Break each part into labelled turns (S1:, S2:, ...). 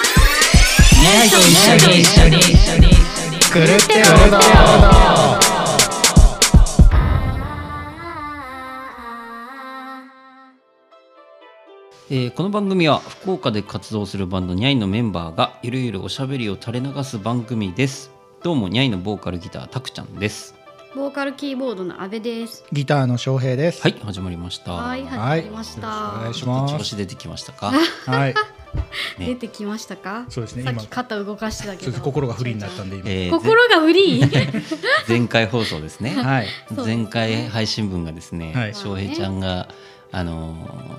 S1: 一緒に一緒に一緒に
S2: 狂ってるぞ
S3: えーこの番組は福岡で活動するバンドニャイのメンバーがゆるゆるおしゃべりを垂れ流す番組ですどうもニャイのボーカルギタータクちゃんです
S4: ボーカルキーボードの阿部です。
S2: ギターの翔平です
S3: はい始まりました
S4: はい、
S3: ちょ
S2: はい
S4: 始まりまし
S2: お願
S4: た
S2: い。し
S3: っ
S2: ま
S3: と調
S2: す
S3: 子出てきました か
S2: はい
S4: 出てきましたか？
S2: そうですね
S4: さっき
S2: 今
S4: 肩動かしてたけ
S2: そう
S4: ど
S2: で。す心がフリーになったんで今
S3: えーぜ
S4: 心がフリー？
S3: 前回放送です ね
S2: はい
S4: そうですね
S3: 前回配信分がですね、
S2: はい
S3: 翔平ちゃんがあの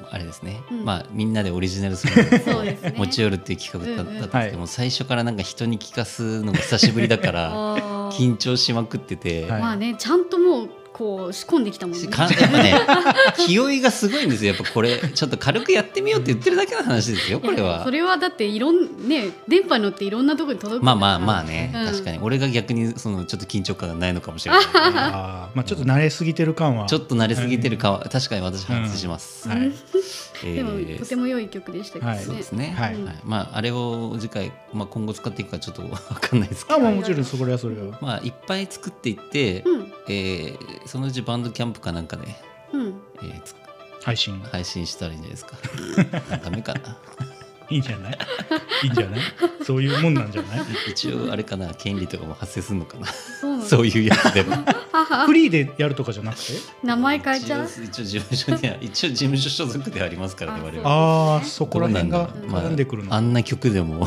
S3: ーあれですね、
S4: うん
S3: まあみんなでオリジナルソング
S4: そうですね
S3: を持ち寄るっていう企画だ
S4: うんうん
S3: だったんですけども、最初からなんか人に聞かすのが久しぶりだか ら
S4: あー
S3: 緊張しまくってて、
S2: はい
S4: まあね、ちゃんともうこう仕込んできたもんね
S3: し。かやっぱね 気負いがすごいんですよやっぱこれちょっと軽くやってみようって言ってるだけの話ですよこれ
S4: いや
S3: は
S4: そ。れはだっていろんね電波に乗っていろんなところに届く。
S3: まあまあまあ。ね、
S4: うん
S3: 確かに俺が逆にそのちょっと緊張感がないのかもしれない、ね、
S2: あーまあちょっと慣れすぎてる感は
S3: ちょっと慣れすぎてるかは確かに私反省します、
S2: はい
S3: え
S4: でも、
S3: ー
S4: とても良い曲でしたけどね。
S2: はい
S3: そうですね。
S2: はい
S3: はいまああれを次回、まあ今後使っていくかちょっとわかんないですけ
S2: あ
S3: ど、
S2: まあもちろんそこらはそれは
S3: まあいっぱい作っていって、
S4: うん
S3: えーそのうちバンドキャンプかなんかで、
S4: うん。
S3: えーつ
S2: 配信
S3: 配信したらいいんじゃないですか。 あダメかな。
S2: いいんじゃ ないいいんじゃないそういうもんなんじゃない
S3: 一応あれかな権利とかも発生するのかな。
S4: そうなの
S3: そういうやつでも。
S2: フリーでやるとかじゃなくて
S4: 名前変えちゃう。
S3: 一応一応事務所には一応事務所所属ではありますからね
S4: あ
S3: 我々は。
S2: ああそこら辺が
S3: どうなんだろう
S2: 絡んでくるの
S3: まあ、あんな曲でも
S4: うん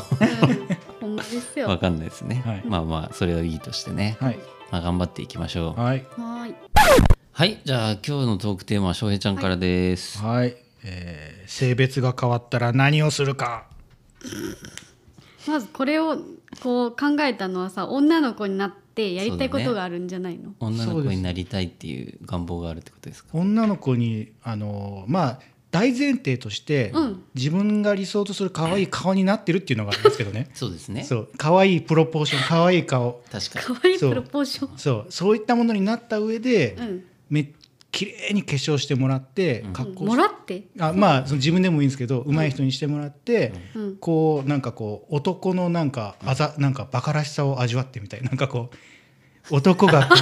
S4: ほんまですよ。
S3: わ
S4: は
S3: かんないですね、
S2: はい
S3: まあまあそれはいいとしてね、
S2: はい
S3: まあ頑張っていきましょう
S2: はい
S4: ーい。
S3: はい、じゃあ今日のトークテーマは翔平ちゃんからです。
S2: はいえー性別が変わったら何をするか
S4: まずこれをこう考えたのはさ女の子になってやりたいことがあるんじゃないの、
S3: 女の子になりたいっていう願望があるってことですか。
S2: 女の子にあのまあ大前提として、
S4: うん
S2: 自分が理想とする可愛い顔になってるっていうのがあるんですけど ね
S3: そうですね。
S2: そう可愛いプロポーション可愛い顔
S3: 確か
S4: 可愛い
S2: そう
S4: プロポーショ
S2: そうそういったものになった上で、
S4: ン、うん
S2: め綺麗に化粧してもらって、格好
S4: もらって、
S2: あまあその自分でもいいんですけど上手い人にしてもらって、
S4: うん、
S2: こうなんかこう男のなんかあざなんかバカらしさを味わってみたいなんかこう男がこ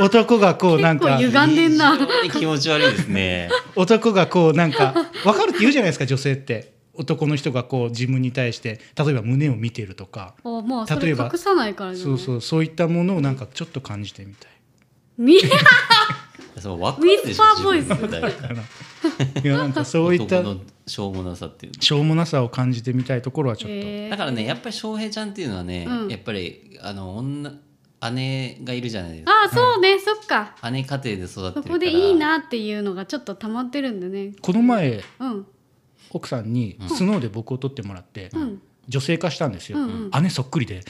S2: う男がこうなんか
S4: 結構
S3: に。
S4: 歪んでんな
S3: 非常に気持ち悪いです ね。
S2: 男がこうなんか分かるって言うじゃないですか女性って男の人がこう自分に対して例えば胸を見てるとか
S4: あまあそ
S2: 例
S4: れ
S2: えば
S4: 隠さないからじゃ
S2: そ
S4: ないう
S2: そうそういったものをなんかちょっと感じてみたい
S4: み
S3: そう、わかるでしょ
S4: ウィスパーボイス
S3: 自分の大体
S2: いやなんかそういった
S3: 男のしょうもなさっていう。
S2: しょうもなさを感じてみたいところはちょっと、
S4: え
S3: だからね、やっぱり翔平ちゃんっていうのはね、
S4: うん
S3: やっぱり、あの、女、姉がいるじゃないです
S4: ー、ああそうね、そっか
S3: か。姉家庭で育ってるから。
S4: そこでいいなっていうのがちょっと溜まってるんだね
S2: この前
S4: うん
S2: 奥さんにスノーで僕を撮ってもらって、
S4: ん
S2: 女性化したんですよ、
S4: うん
S2: 姉そっくりで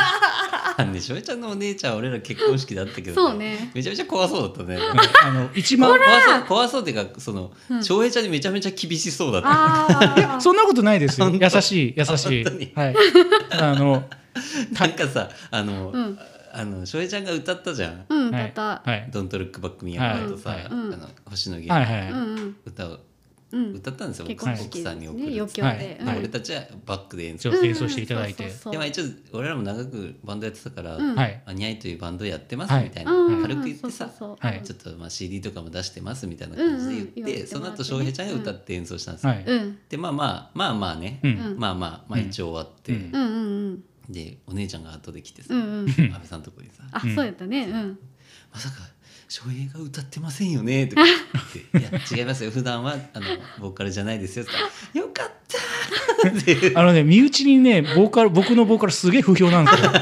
S3: あのね。翔平ちゃんのお姉ちゃん、俺ら結婚式だったけど、
S4: そうね
S3: めちゃめちゃ怖そうだったね。
S2: あの一番
S3: 怖そう、怖そうっていうか、その、翔平ちゃんにめちゃめちゃ厳しそうだった。
S4: あ あ
S2: そんなことないですよ
S3: 本当
S2: 優しい優し
S3: 本当に
S2: いはいあの
S3: なんかさあの、
S4: うん
S3: あの翔平ちゃんが歌ったじゃん
S4: う
S2: は
S4: ん歌っ
S2: い
S4: た、
S2: はい
S3: 「Don't Look Back Me Up」とさ、
S2: はい
S3: あの星野
S2: はい
S3: 源
S2: は
S3: が
S2: い、
S4: うんうん
S3: 歌を
S4: うん
S3: 歌ったんですよ、僕
S4: 結婚
S3: 奥
S4: 式
S3: さ
S4: で
S3: んに
S4: す
S3: 送る
S4: ね
S3: や
S4: 余
S3: つ
S4: 興
S2: はい
S4: で、
S2: は
S3: で
S2: い
S3: 俺たちはバックで演奏
S2: ち
S3: し
S2: ょっと演奏していただいて、
S4: うんうんそうそうそう
S3: て、まあ、一応俺らも長くバンドやってたから「
S4: うん
S2: はい
S3: あにゃい」というバンドやってます
S2: はい
S3: みたいな、
S4: うんうん
S3: 軽く言ってさ、
S4: そうそうそう
S2: はい
S3: ちょっとまあ CD とかも出してますみたいな感じで言って,、
S4: うんうん言わせて
S3: そ
S4: も
S3: の
S4: らって
S3: 後
S4: ね
S3: 翔平ちゃんが歌って演奏したんですよ、
S2: はい、
S4: うん
S3: でまあまあまあまあね、
S2: うん
S4: うん
S3: まあまあまあ一応終わって、
S2: うん
S4: うんうん
S3: でお姉ちゃんが後で来てさ、
S4: うんうんうん
S3: 安倍さんのとこにさ
S4: あ、そうやったねうん
S3: まさか翔平が歌ってませんよね」とか言って「いや違いますよ普段はあのボーカルじゃないですよ」 とか「よかった!」って
S2: あのね、身内にね、ボーカル、僕のボーカルすげえ不評 なんですよ。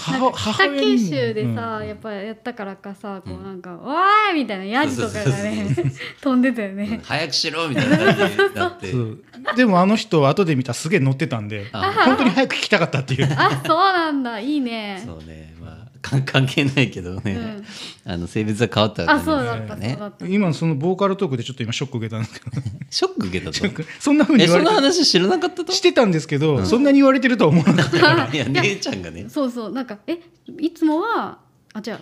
S2: 母
S4: 北九州でさ、
S2: うん
S4: やっぱやったからかさこうなんか「わーい!」みたいなヤジとかがね
S3: そうそう
S4: 飛んでたよね。
S3: 早くしろみたいな感じになって
S2: そうでもあの人は後で見たらすげえ乗ってたんで
S3: あ
S2: 本当に早く聞きたかったっていう
S4: あそうなんだいいね。
S3: そうねまあかん関係ないけどね、
S4: うん
S3: あの性別が変わった
S4: あ
S3: ね
S4: そうだった、
S3: ね
S4: そうだった。
S2: 今そのボーカルトークでちょっと今ショック受けたんですけ
S3: ショック受けたと
S2: どそんな風に
S3: え
S2: 言わ
S3: そ
S2: れ
S3: の
S2: て
S3: 話知らなかったと
S2: してたんですけど、そんなに言われてるとは思わなかった
S3: いや姉ちゃんがね
S4: そうそうなんか「えいつもはあじゃあ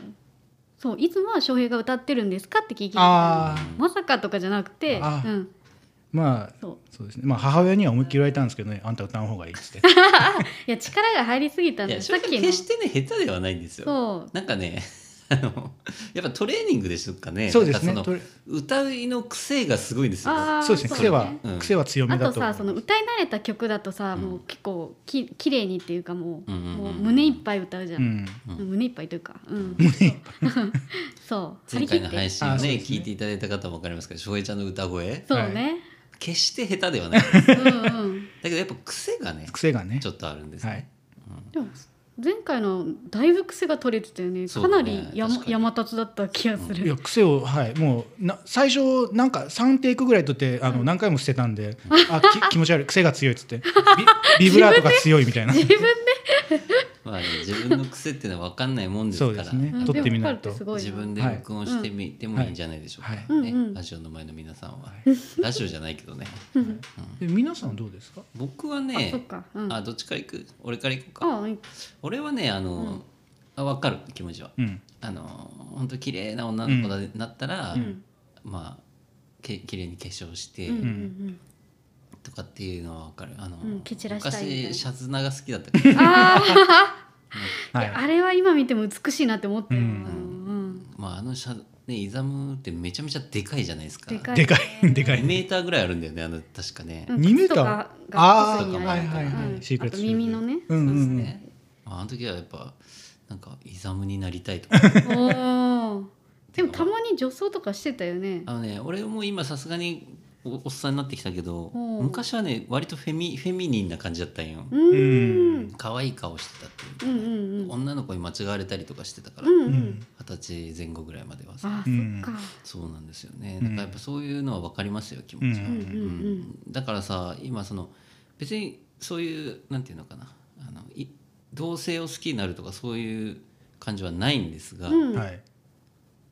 S4: そういつもは翔平が歌ってるんですか?」って聞いて
S2: あ
S4: まさかとかじゃなくて、
S2: あ
S4: うん、
S2: まあ
S4: そう
S2: そうですねまあ母親には思いっきり言われたんですけどねあんた歌う方がいいっつって
S4: いや力が入りすぎたん
S3: い
S4: で
S3: や
S4: さ
S3: 正
S4: っき
S3: 直
S4: の
S3: 決してね下手ではないんですよ
S4: そう
S3: なんかね あのやっぱトレーニングでしょうかね
S2: そうですね
S3: なんかそ
S2: とり
S3: の歌いの癖がすごいですよ
S4: あー
S2: そうですね
S4: そうね
S2: 癖は、
S3: うん
S2: 癖は強め
S4: あ
S2: だ
S4: と
S2: と思う
S4: さその歌い慣れた曲だとさ、
S3: うん
S4: もう結構き綺麗にっていうかもう,、
S3: うんうんうん
S4: もう胸いっぱい歌うじゃ、
S2: うんん
S3: う
S4: 胸いっぱいというか、うん、そう張
S3: 前
S4: り
S3: 回
S4: 切っ
S3: の
S4: て
S3: 配信を
S2: あー
S3: ね
S2: そうですね
S3: 聞いていただいた方も分かりますけど翔平ちゃんの歌声
S4: そうね、
S3: 決して下手ではない ですだ
S4: うんうん
S3: けどやっぱ癖がね
S2: 癖がね
S3: ちょっとあるんですね、
S2: はい
S4: でも前回のだいぶ癖が取れてたよね
S3: そう
S4: か
S3: だ
S4: な
S3: ね
S4: りや
S3: 確かに
S4: 山立つだった気がす
S2: い
S4: る、
S2: や癖をはいもうな最初なんか3テイクぐらい取ってあの何回も捨てたんで、あ き気持ち悪い癖が強いっつってビビブラートが強いみ たいな
S4: 自分で
S3: まあね、自分の癖っていうのは分かんないもんですから
S2: そうですね
S4: うん
S2: 取ってみないと
S4: でも分かるってす
S3: 自
S4: ごいな
S3: 分で録音してみてもいいんじゃないでしょうか、
S2: はい
S4: うん
S3: ね
S4: うん
S3: ラジオの前の皆さんは、ラジオじゃないけどね
S2: え皆さんどうですか
S3: 僕は
S4: あそっ
S3: ね
S4: かう
S3: あ,、
S4: んあ
S3: どっちから行く俺から行こうか、
S4: あいい
S3: 俺はねあの、
S4: うん
S3: あ分かる気持ちは、
S2: うん
S3: あの本当綺麗な女の子だ、なったら、
S4: うん
S3: まあけ綺麗に化粧して、
S4: うんうん
S3: とかっていうのは分かるあの、
S4: うん蹴散らしたいみたいな
S3: 昔シャツ長好きだったから
S4: うんあー
S2: はい
S4: いやあれは今見ても美しいなって思ってる、う
S2: うん
S4: ん
S3: まああのシャねイザムってめちゃめちゃでかいじゃないですか
S4: でかい
S2: でかい でかい
S3: 2メ
S2: ね
S3: ーターぐらいあるんだよねあの確かね、
S4: うん
S2: 2メー
S4: 靴と
S2: ター
S4: かが
S2: あ
S4: 靴
S2: あ
S4: に
S2: ー
S4: 入
S2: は
S4: る
S2: いはいはい、
S4: うん
S2: シークレット
S4: あと耳のね
S2: うんうんうん
S3: ねまあ、あの時はやっぱなんかイザムになりたい とか
S4: おお。でもたまに女装とかしてたよね。
S3: あのね俺も今さすがにおおっさんになってきたけど
S4: おう
S3: 昔はね割とフェミフェミニンな感じだったんよ
S4: うーん。
S3: 可愛い顔してたっていう
S4: うんうんうん。
S3: 女の子に間違われたりとかしてたから
S4: うんう
S3: 二
S4: ん。
S3: 十歳前後ぐらいまではさ
S4: あ
S2: う
S4: ー、そっ
S2: ん
S4: か。
S3: そうなんですよね
S2: うん
S3: だからやっぱそういうのは分かりますよ気持ちは、
S4: うん
S2: う
S4: うんうん。
S3: うんだからさ今その別にそういうなんていうのかなあのい同性を好きになるとかそういう感じはないんですが、
S4: うん
S2: はい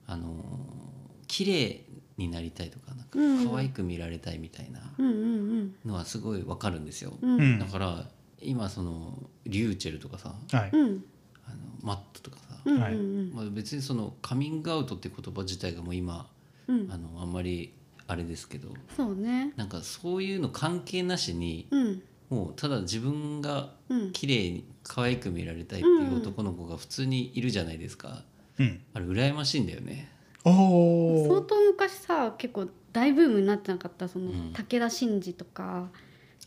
S3: あのー綺麗になりたいとかなんか
S4: うん
S3: 可愛く見られたいみたいな
S4: うんうん
S3: のはすごい分かるんですよ、
S4: うん。う。
S2: うんん
S3: だから今そのリューチェルとかさ
S2: はい
S4: うん
S3: あのマットとかさ、
S4: うんうん
S2: はい
S4: うん。
S3: まあ、別にそのカミングアウトって言葉自体がもう今
S4: うん
S3: あのあんまりあれですけど
S4: そうね。
S3: なんかそういうの関係なしに
S4: うん
S3: もうただ自分が
S4: うん。
S3: 綺麗に可愛く見られたいっていう男の子が普通にいるじゃないですか、
S2: うん
S3: あれ羨ましいんだよね
S2: お
S4: 相
S2: お
S4: 当昔さ、結構大ブームになってなかったその
S3: うん
S4: 武田真治とか。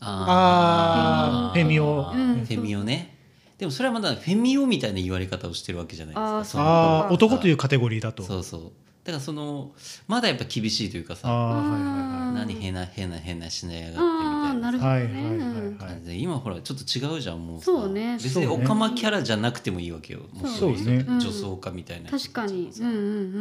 S2: あ
S4: ー
S2: フェミオ
S4: うん
S3: フェミオねでもそれはまだフェミオみたいな言われ方をしてるわけじゃない
S4: あー
S3: ですか
S2: ああ
S4: そう
S2: 男というカテゴリーだと
S3: そうそうだからそのまだやっぱ厳しいというか
S2: あ
S3: さ
S2: あはい
S4: あー
S3: 何変な変な変なしなやがってみ
S4: ああ、
S3: た
S4: ない
S3: な
S4: るほ
S3: さ
S4: ど
S2: はいはい
S4: ね。
S2: はい
S4: うん
S2: はいはい
S3: 感じで今ほらちょっと違うじゃんもうさ
S4: そうね
S3: 別に
S2: そうね
S3: オカマキャラじゃなくてもいいわけよも
S4: そう
S2: ねそうね
S4: うん
S3: 女装家みたいな人たち
S4: 確かに
S3: も。
S4: う
S3: さ
S4: んうんう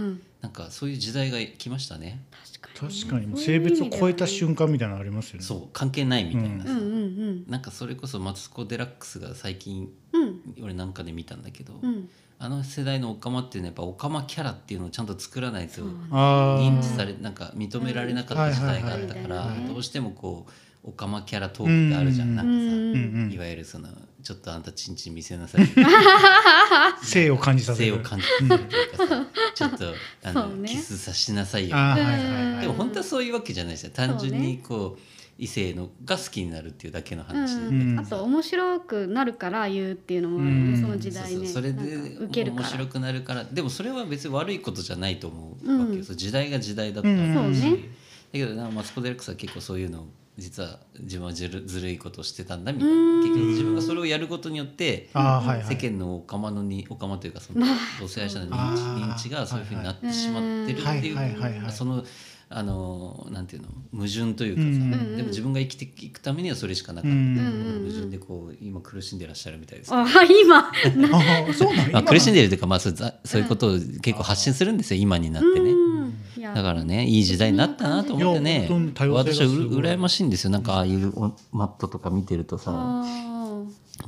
S4: ん。
S3: なんかそういう時代が来ましたね
S4: 確かに。
S2: 確かにもう性別を超えた
S4: 間。
S2: 瞬間みたいなのありますよね
S3: そう関係ないみたいな
S4: う
S3: さ、
S4: んうん
S3: なんかそれこそマツコ・デラックスが最近
S4: うん。うん。
S3: 俺なんかで見たんだけど、
S4: うん。
S3: あの世代のオカマっていうのはやっぱオカマキャラっていうのをちゃんと作らないと
S4: そう
S2: あ
S3: 認
S2: あ
S3: 知されなんか認められなかった時代があったか
S4: はい
S3: ら
S4: はいはい
S3: どうしてもこうオカマキャラトークってあるじゃん
S2: うん
S3: な
S4: う
S3: ん
S4: ん
S2: うん
S4: う。
S2: う
S3: か
S2: ん
S3: さい
S2: ん
S3: わゆるそのちょっとあんたチンチン見せな さい
S2: 性を感じさせ
S3: 性を
S2: る
S3: 感じてるというかさちょっとあ
S4: そう
S3: の
S4: ね
S3: キスさしなさいよ
S2: ああはいはいは
S3: で
S2: い
S3: も本当はそういうわけじゃないですよ単純にこう異性のが好きになるっていうだけの話で、
S4: う
S2: うんん
S4: あと面白くなるから言うっていうのもあるよ
S2: う
S4: ね
S2: ん
S4: その時代ね
S3: そうそうそれ
S4: なんか受け
S3: で
S4: る
S3: 面
S4: から
S3: 白くなるからでもそれは別に悪いことじゃないと思う
S4: うん
S3: わけよ、そう時代が時代だったし、
S2: うん
S4: そうね
S3: だけどなマツコ・デラックスは結構そういうのを実は自分はずるずるいことをしてたんだみたいな
S4: う
S3: 結
S4: ん
S3: 局自分がそれをやることによって
S2: ああはいは
S3: 世
S2: い
S3: 間のオカマのにオカマというかその同性愛者の認
S2: あ
S3: 知認
S2: ー
S3: 知がそういうふうになってしまってるっていう
S2: はいはいはいはい
S3: そのあのなんていうの矛盾というかさ、
S2: うん
S3: でも自分が生きていくためにはそれしかなか
S2: う
S3: った、
S2: ん
S3: 矛盾でこう今苦しんでらっしゃるみたいですけど
S4: あ今
S2: ああそうなん
S3: ま
S2: 今
S3: あ、苦しんでいるというか、まあ、そうざそういうことを結構発信するんですよ、今になってね。
S4: いや
S3: だからね、いい時代になったなと思って
S2: い
S3: ね
S2: や本当に多、様性が
S3: 私
S2: す
S3: は
S2: ごいう
S3: 羨ましいんですよ、なんかああいうおマットとか見てるとさ、ま
S4: あ
S3: あ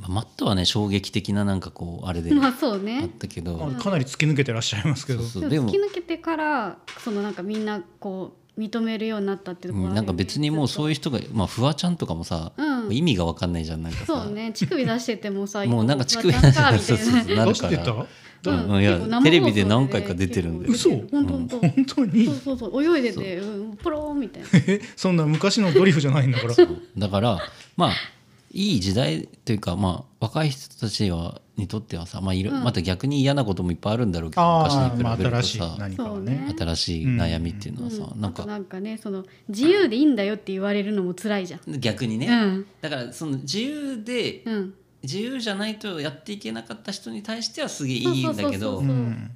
S3: マットはね、衝撃的ななんかこう、あれで
S4: ーま
S3: あ
S4: あそう
S3: っ
S4: ね
S3: たけど、
S2: あかなり突き抜けてらっしゃいますけど
S3: そうそう
S4: で
S3: で
S4: も
S3: も
S4: 突き、抜けてからそのなんかみんなこう認めるようになったっていう
S3: う
S4: ところ
S3: んなんか別にもうそういう人が、まあ、フワちゃんとかもさ、
S4: うんうん
S3: 意味が分かんないじゃんなんかさ
S4: そうね乳首出してても さ
S3: もうなんか乳首出
S4: わちゃんか
S3: し
S4: みた
S3: て そうそうそ
S4: い
S3: うな
S2: ど
S3: る
S2: うし
S3: か
S2: てた
S3: ら
S4: な
S3: うん
S4: うん
S3: いや
S4: 結構生
S3: テレビで
S4: 放送
S3: 何回か出てるんで
S4: 結構
S2: 嘘
S4: 本当本当
S2: 本当に
S4: そうそうそう泳いでてうんポローンみたいな
S2: えそんな昔のドリフじゃないんだから
S3: だからまあいい時代というかまあ若い人たちはにとってはさ、まあ、いろ
S4: うん
S3: また逆に嫌なこともいっぱいあるんだろうけど昔
S2: あ
S3: に
S2: あ、まあ、
S3: 比べると
S2: 新しい
S3: さ、
S2: 何かは
S4: そう
S2: ね
S4: ね
S3: 新しい悩みっていうのはさ、
S4: うん
S3: なん
S4: あと
S3: か
S4: なんかねその自由でいいんだよって言われるのも辛いじゃん
S3: 逆にね、
S4: うん
S3: だからその自由で
S4: うん
S3: 自由じゃないとやっていけなかった人に対してはすげえいいんだけど
S4: そうそうそうそう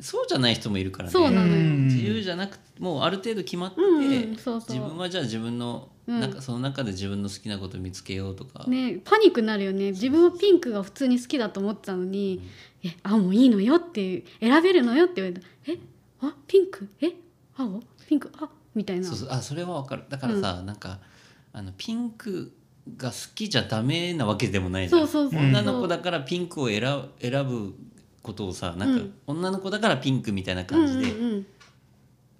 S3: そうじゃない人もいるからね
S4: そうなのよ
S2: うん
S3: 自由じゃなくもうある程度決まって、
S4: うんうんそうそう
S3: 自分はじゃあ自分の、
S4: うん
S3: なんかその中で自分の好きなこと見つけようとか、
S4: ねパニックになるよね自分はピンクが普通に好きだと思ってたのに「えあもういいのよ」って選べるのよって言われた「えあピンクえ青ピンクあみたいな
S3: そうそうあそれはわかるだからさ、なんかあのピンクが好きじゃダメなわけでもないじゃん
S4: そうそうそう
S3: 女の子だからピンクを選ぶ選ぶことをさなんか、
S4: うん
S3: 女の子だからピンクみたいな
S4: うん
S3: 感じで、
S4: うん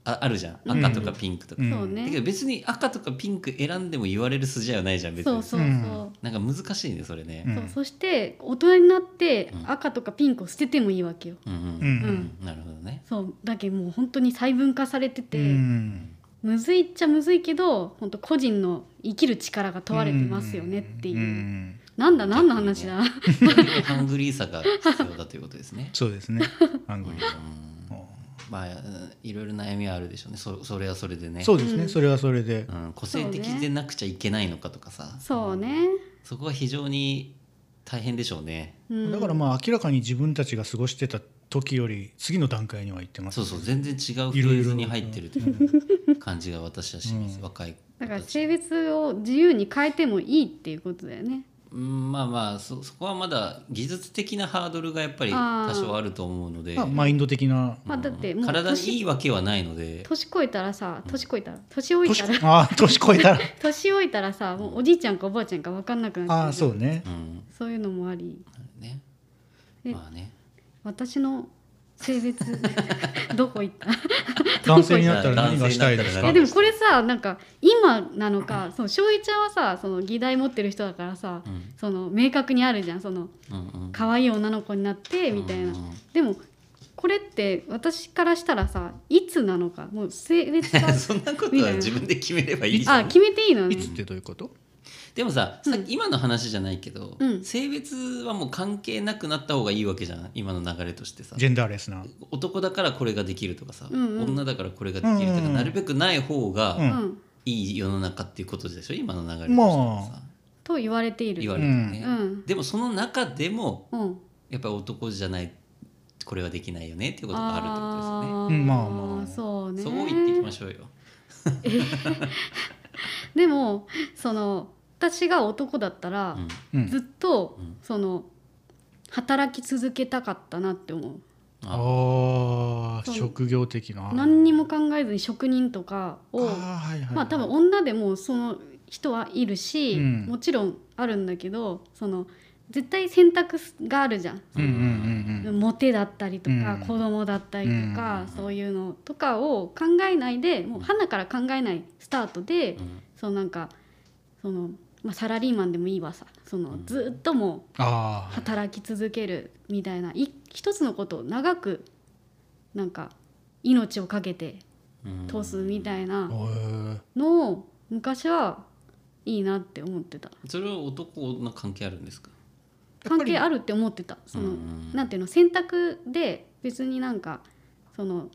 S3: ああるじゃ
S4: うん
S3: ん赤とかピンクとか、
S4: うん
S2: ん
S4: そう
S3: だけど
S4: ね
S3: 別に赤とかピンク選んでも言われる筋合いはないじゃん別に
S4: そうそうそ
S2: う
S4: う、
S2: ん
S3: なんか難しいねそれね、
S4: そう
S2: うん
S4: そして大人になって
S3: うん
S4: 赤とかピンクを捨ててもいいわけよ
S3: うんうん
S2: うんうん
S3: なるほどね
S4: そうだけどもう本当に細分化されて
S2: う
S4: て、
S2: ん
S4: むずいっちゃむずいけど本当個人の生きる力が問われてますよねっていう、
S2: ん
S4: なんだ何の話だ、
S3: ハングリーさが必要だということです ね
S2: そうですねハングリー
S3: うんまあうんいろいろ悩みはあるでしょうねそそれはそれでね
S2: そうです
S4: う
S2: ね
S4: ん
S2: それはそれで
S3: うん、個性的でなくちゃいけないのかとかさ
S4: そうね、
S3: そこは非常に大変でしょうね
S4: うん、
S2: だからまあ明らかに自分たちが過ごしてた時より次の段階には行ってます
S3: そうそう全然違うフ
S2: い
S3: ェ
S2: ろいろ
S3: ーズに入ってるという 感じが私はします、
S2: うん
S3: 若い子
S4: だから
S3: たち
S4: 性別を自由に変えてもいいっていうことだよね。
S3: うんまあまあそそこはまだ技術的なハードルがやっぱり
S4: あー
S3: 多少あると思うので、
S2: まあマインド的な
S4: まあだってもう
S3: 体にい
S4: 年
S3: いわけはないので
S4: 年越えたらさ年越えたら年老い
S2: 年
S4: たら
S2: あー年越えたら
S4: 年老いたらさもうおじいちゃんかおばあちゃんか分かんなくなっちゃ
S2: ああそうね
S3: うん
S4: そういうのもあり
S3: ね
S4: え
S3: まあね
S4: 私の性別どこ行った
S2: 男性になったら何がしたいです
S3: 男
S2: か
S4: え
S3: 性
S4: でもこれさなんか今なのかその翔一ちゃんはさその議題持ってる人だからさ、
S3: うん
S4: その明確にあるじゃんその
S3: うんうん
S4: 可愛い女の子になってみたいな、
S3: うんうん
S4: でもこれって私からしたらさいつなのかもう性別 が
S3: そんなことは自分で決めればいいじゃ
S4: あ
S3: ん
S4: 決めていいのね
S2: いつってどういうこと
S3: でもささっき
S4: うん
S3: 今の話じゃないけど、
S4: うん
S3: 性別はもう関係なくなった方がいいわけじゃん今の流れとしてさ
S2: ジェンダーレスな
S3: 男だからこれができるとかさ、
S4: うんうん
S3: 女だからこれができるとか、
S2: うんうん
S3: なるべくない方
S2: う
S4: う
S3: が
S2: ん
S4: ん、
S3: いい世の中っていうことでしょ今の流れとして
S2: ま
S3: さ
S2: あ
S4: と言われている
S3: 言われてるね、
S4: うん
S3: でもその中でも
S4: うん
S3: やっぱり男じゃないこれはできないよねっていうことがあるってことですよね
S4: あ
S2: う
S4: ー
S2: んまあまあ
S4: そうね
S3: そこを言っていきましょうよ、
S4: でもその私が男だったら、
S3: うん
S2: うん
S4: ずっと、
S3: うん
S4: その働き続けたかったなって思う、
S3: あ
S2: ああ
S4: そう
S2: 職業的な
S4: 何にも考えずに職人とか
S2: あ
S4: を
S2: ーはいはいはい
S4: まあ多分女でもその人はいるし、
S2: うん
S4: もちろんあるんだけどその絶対選択があるじゃん。
S2: うんうんうん
S4: モテだったりとか、
S2: うん
S4: 子供だったりとか、
S3: うん
S4: そういうのとかを考えないでもう花から考えないスタートで、
S3: うん
S4: そのなんかその、まあ、サラリーマンでもいいわさそのずっともう
S2: ああ
S4: 働き続けるみたいない一つのことを長くなんか命をかけて
S3: うん
S4: 通すみたいな
S2: おー
S4: のを昔はいいなって思ってた
S3: それは男の関係あるんですか
S2: やっ
S4: 関
S2: ぱり
S4: 係あるって思ってたその
S3: うん
S4: なんていうの選択で別になんかその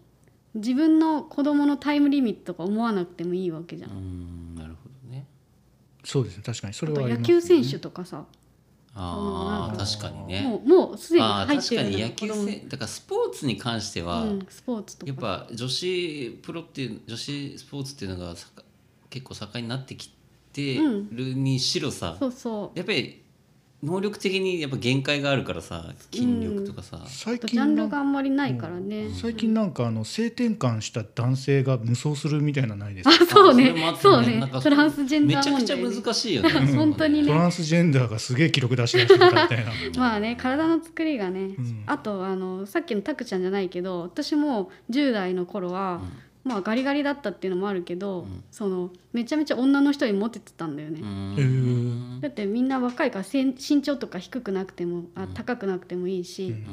S4: 自分の子供のタイムリミットとか思わなくてもいいわけじゃ。
S3: うんんなるほどね
S2: そうですね確かにそ
S4: あ
S2: れは
S4: と
S2: あり
S4: 野
S2: ます
S4: 球選手とかさ、
S3: あ
S4: うん
S3: あ確かにね
S4: もうもうすでに
S3: ああ
S4: 入っ
S3: 確
S4: て
S3: か
S4: る
S3: に
S4: よ
S3: 野
S4: ね
S3: 球
S4: 子供
S3: 選だからスポーツに関しては、
S4: うん、スポーツとか
S3: やっぱ女子プロっていう女子スポーツっていうのがさか結構盛んになってきてるにしろさ、
S4: そうそう
S3: やっぱり能力的にやっぱ限界があるからさ筋力とかさ、
S2: 最
S4: ジ
S2: 近
S4: ャ
S2: なん
S4: ンルがあんまりないからね、
S2: 最近なんかあの性転換した男性が無双するみたいなのないです
S4: あ
S2: か
S4: そう
S3: れもあっ
S4: ね
S3: て
S4: そうね
S3: なんか
S4: トランスジェンダー
S3: めちゃくちゃ
S4: 問題ね
S3: 難しいよね
S4: 本当にね
S2: トランスジェンダーがすげえ記録出し出してたみたいな
S4: まあね体の作りがね、
S2: うん
S4: あとあのさっきのたくちゃんじゃないけど私も10代の頃は、まあガリガリだったっていうのもあるけど、
S3: うん
S4: そのめちゃめちゃ女の人にモテてたんだよね、
S3: うん
S2: へー
S4: だってみんな若いからせん身長とか低くなくてもあ高くなくてもいいし、
S3: うん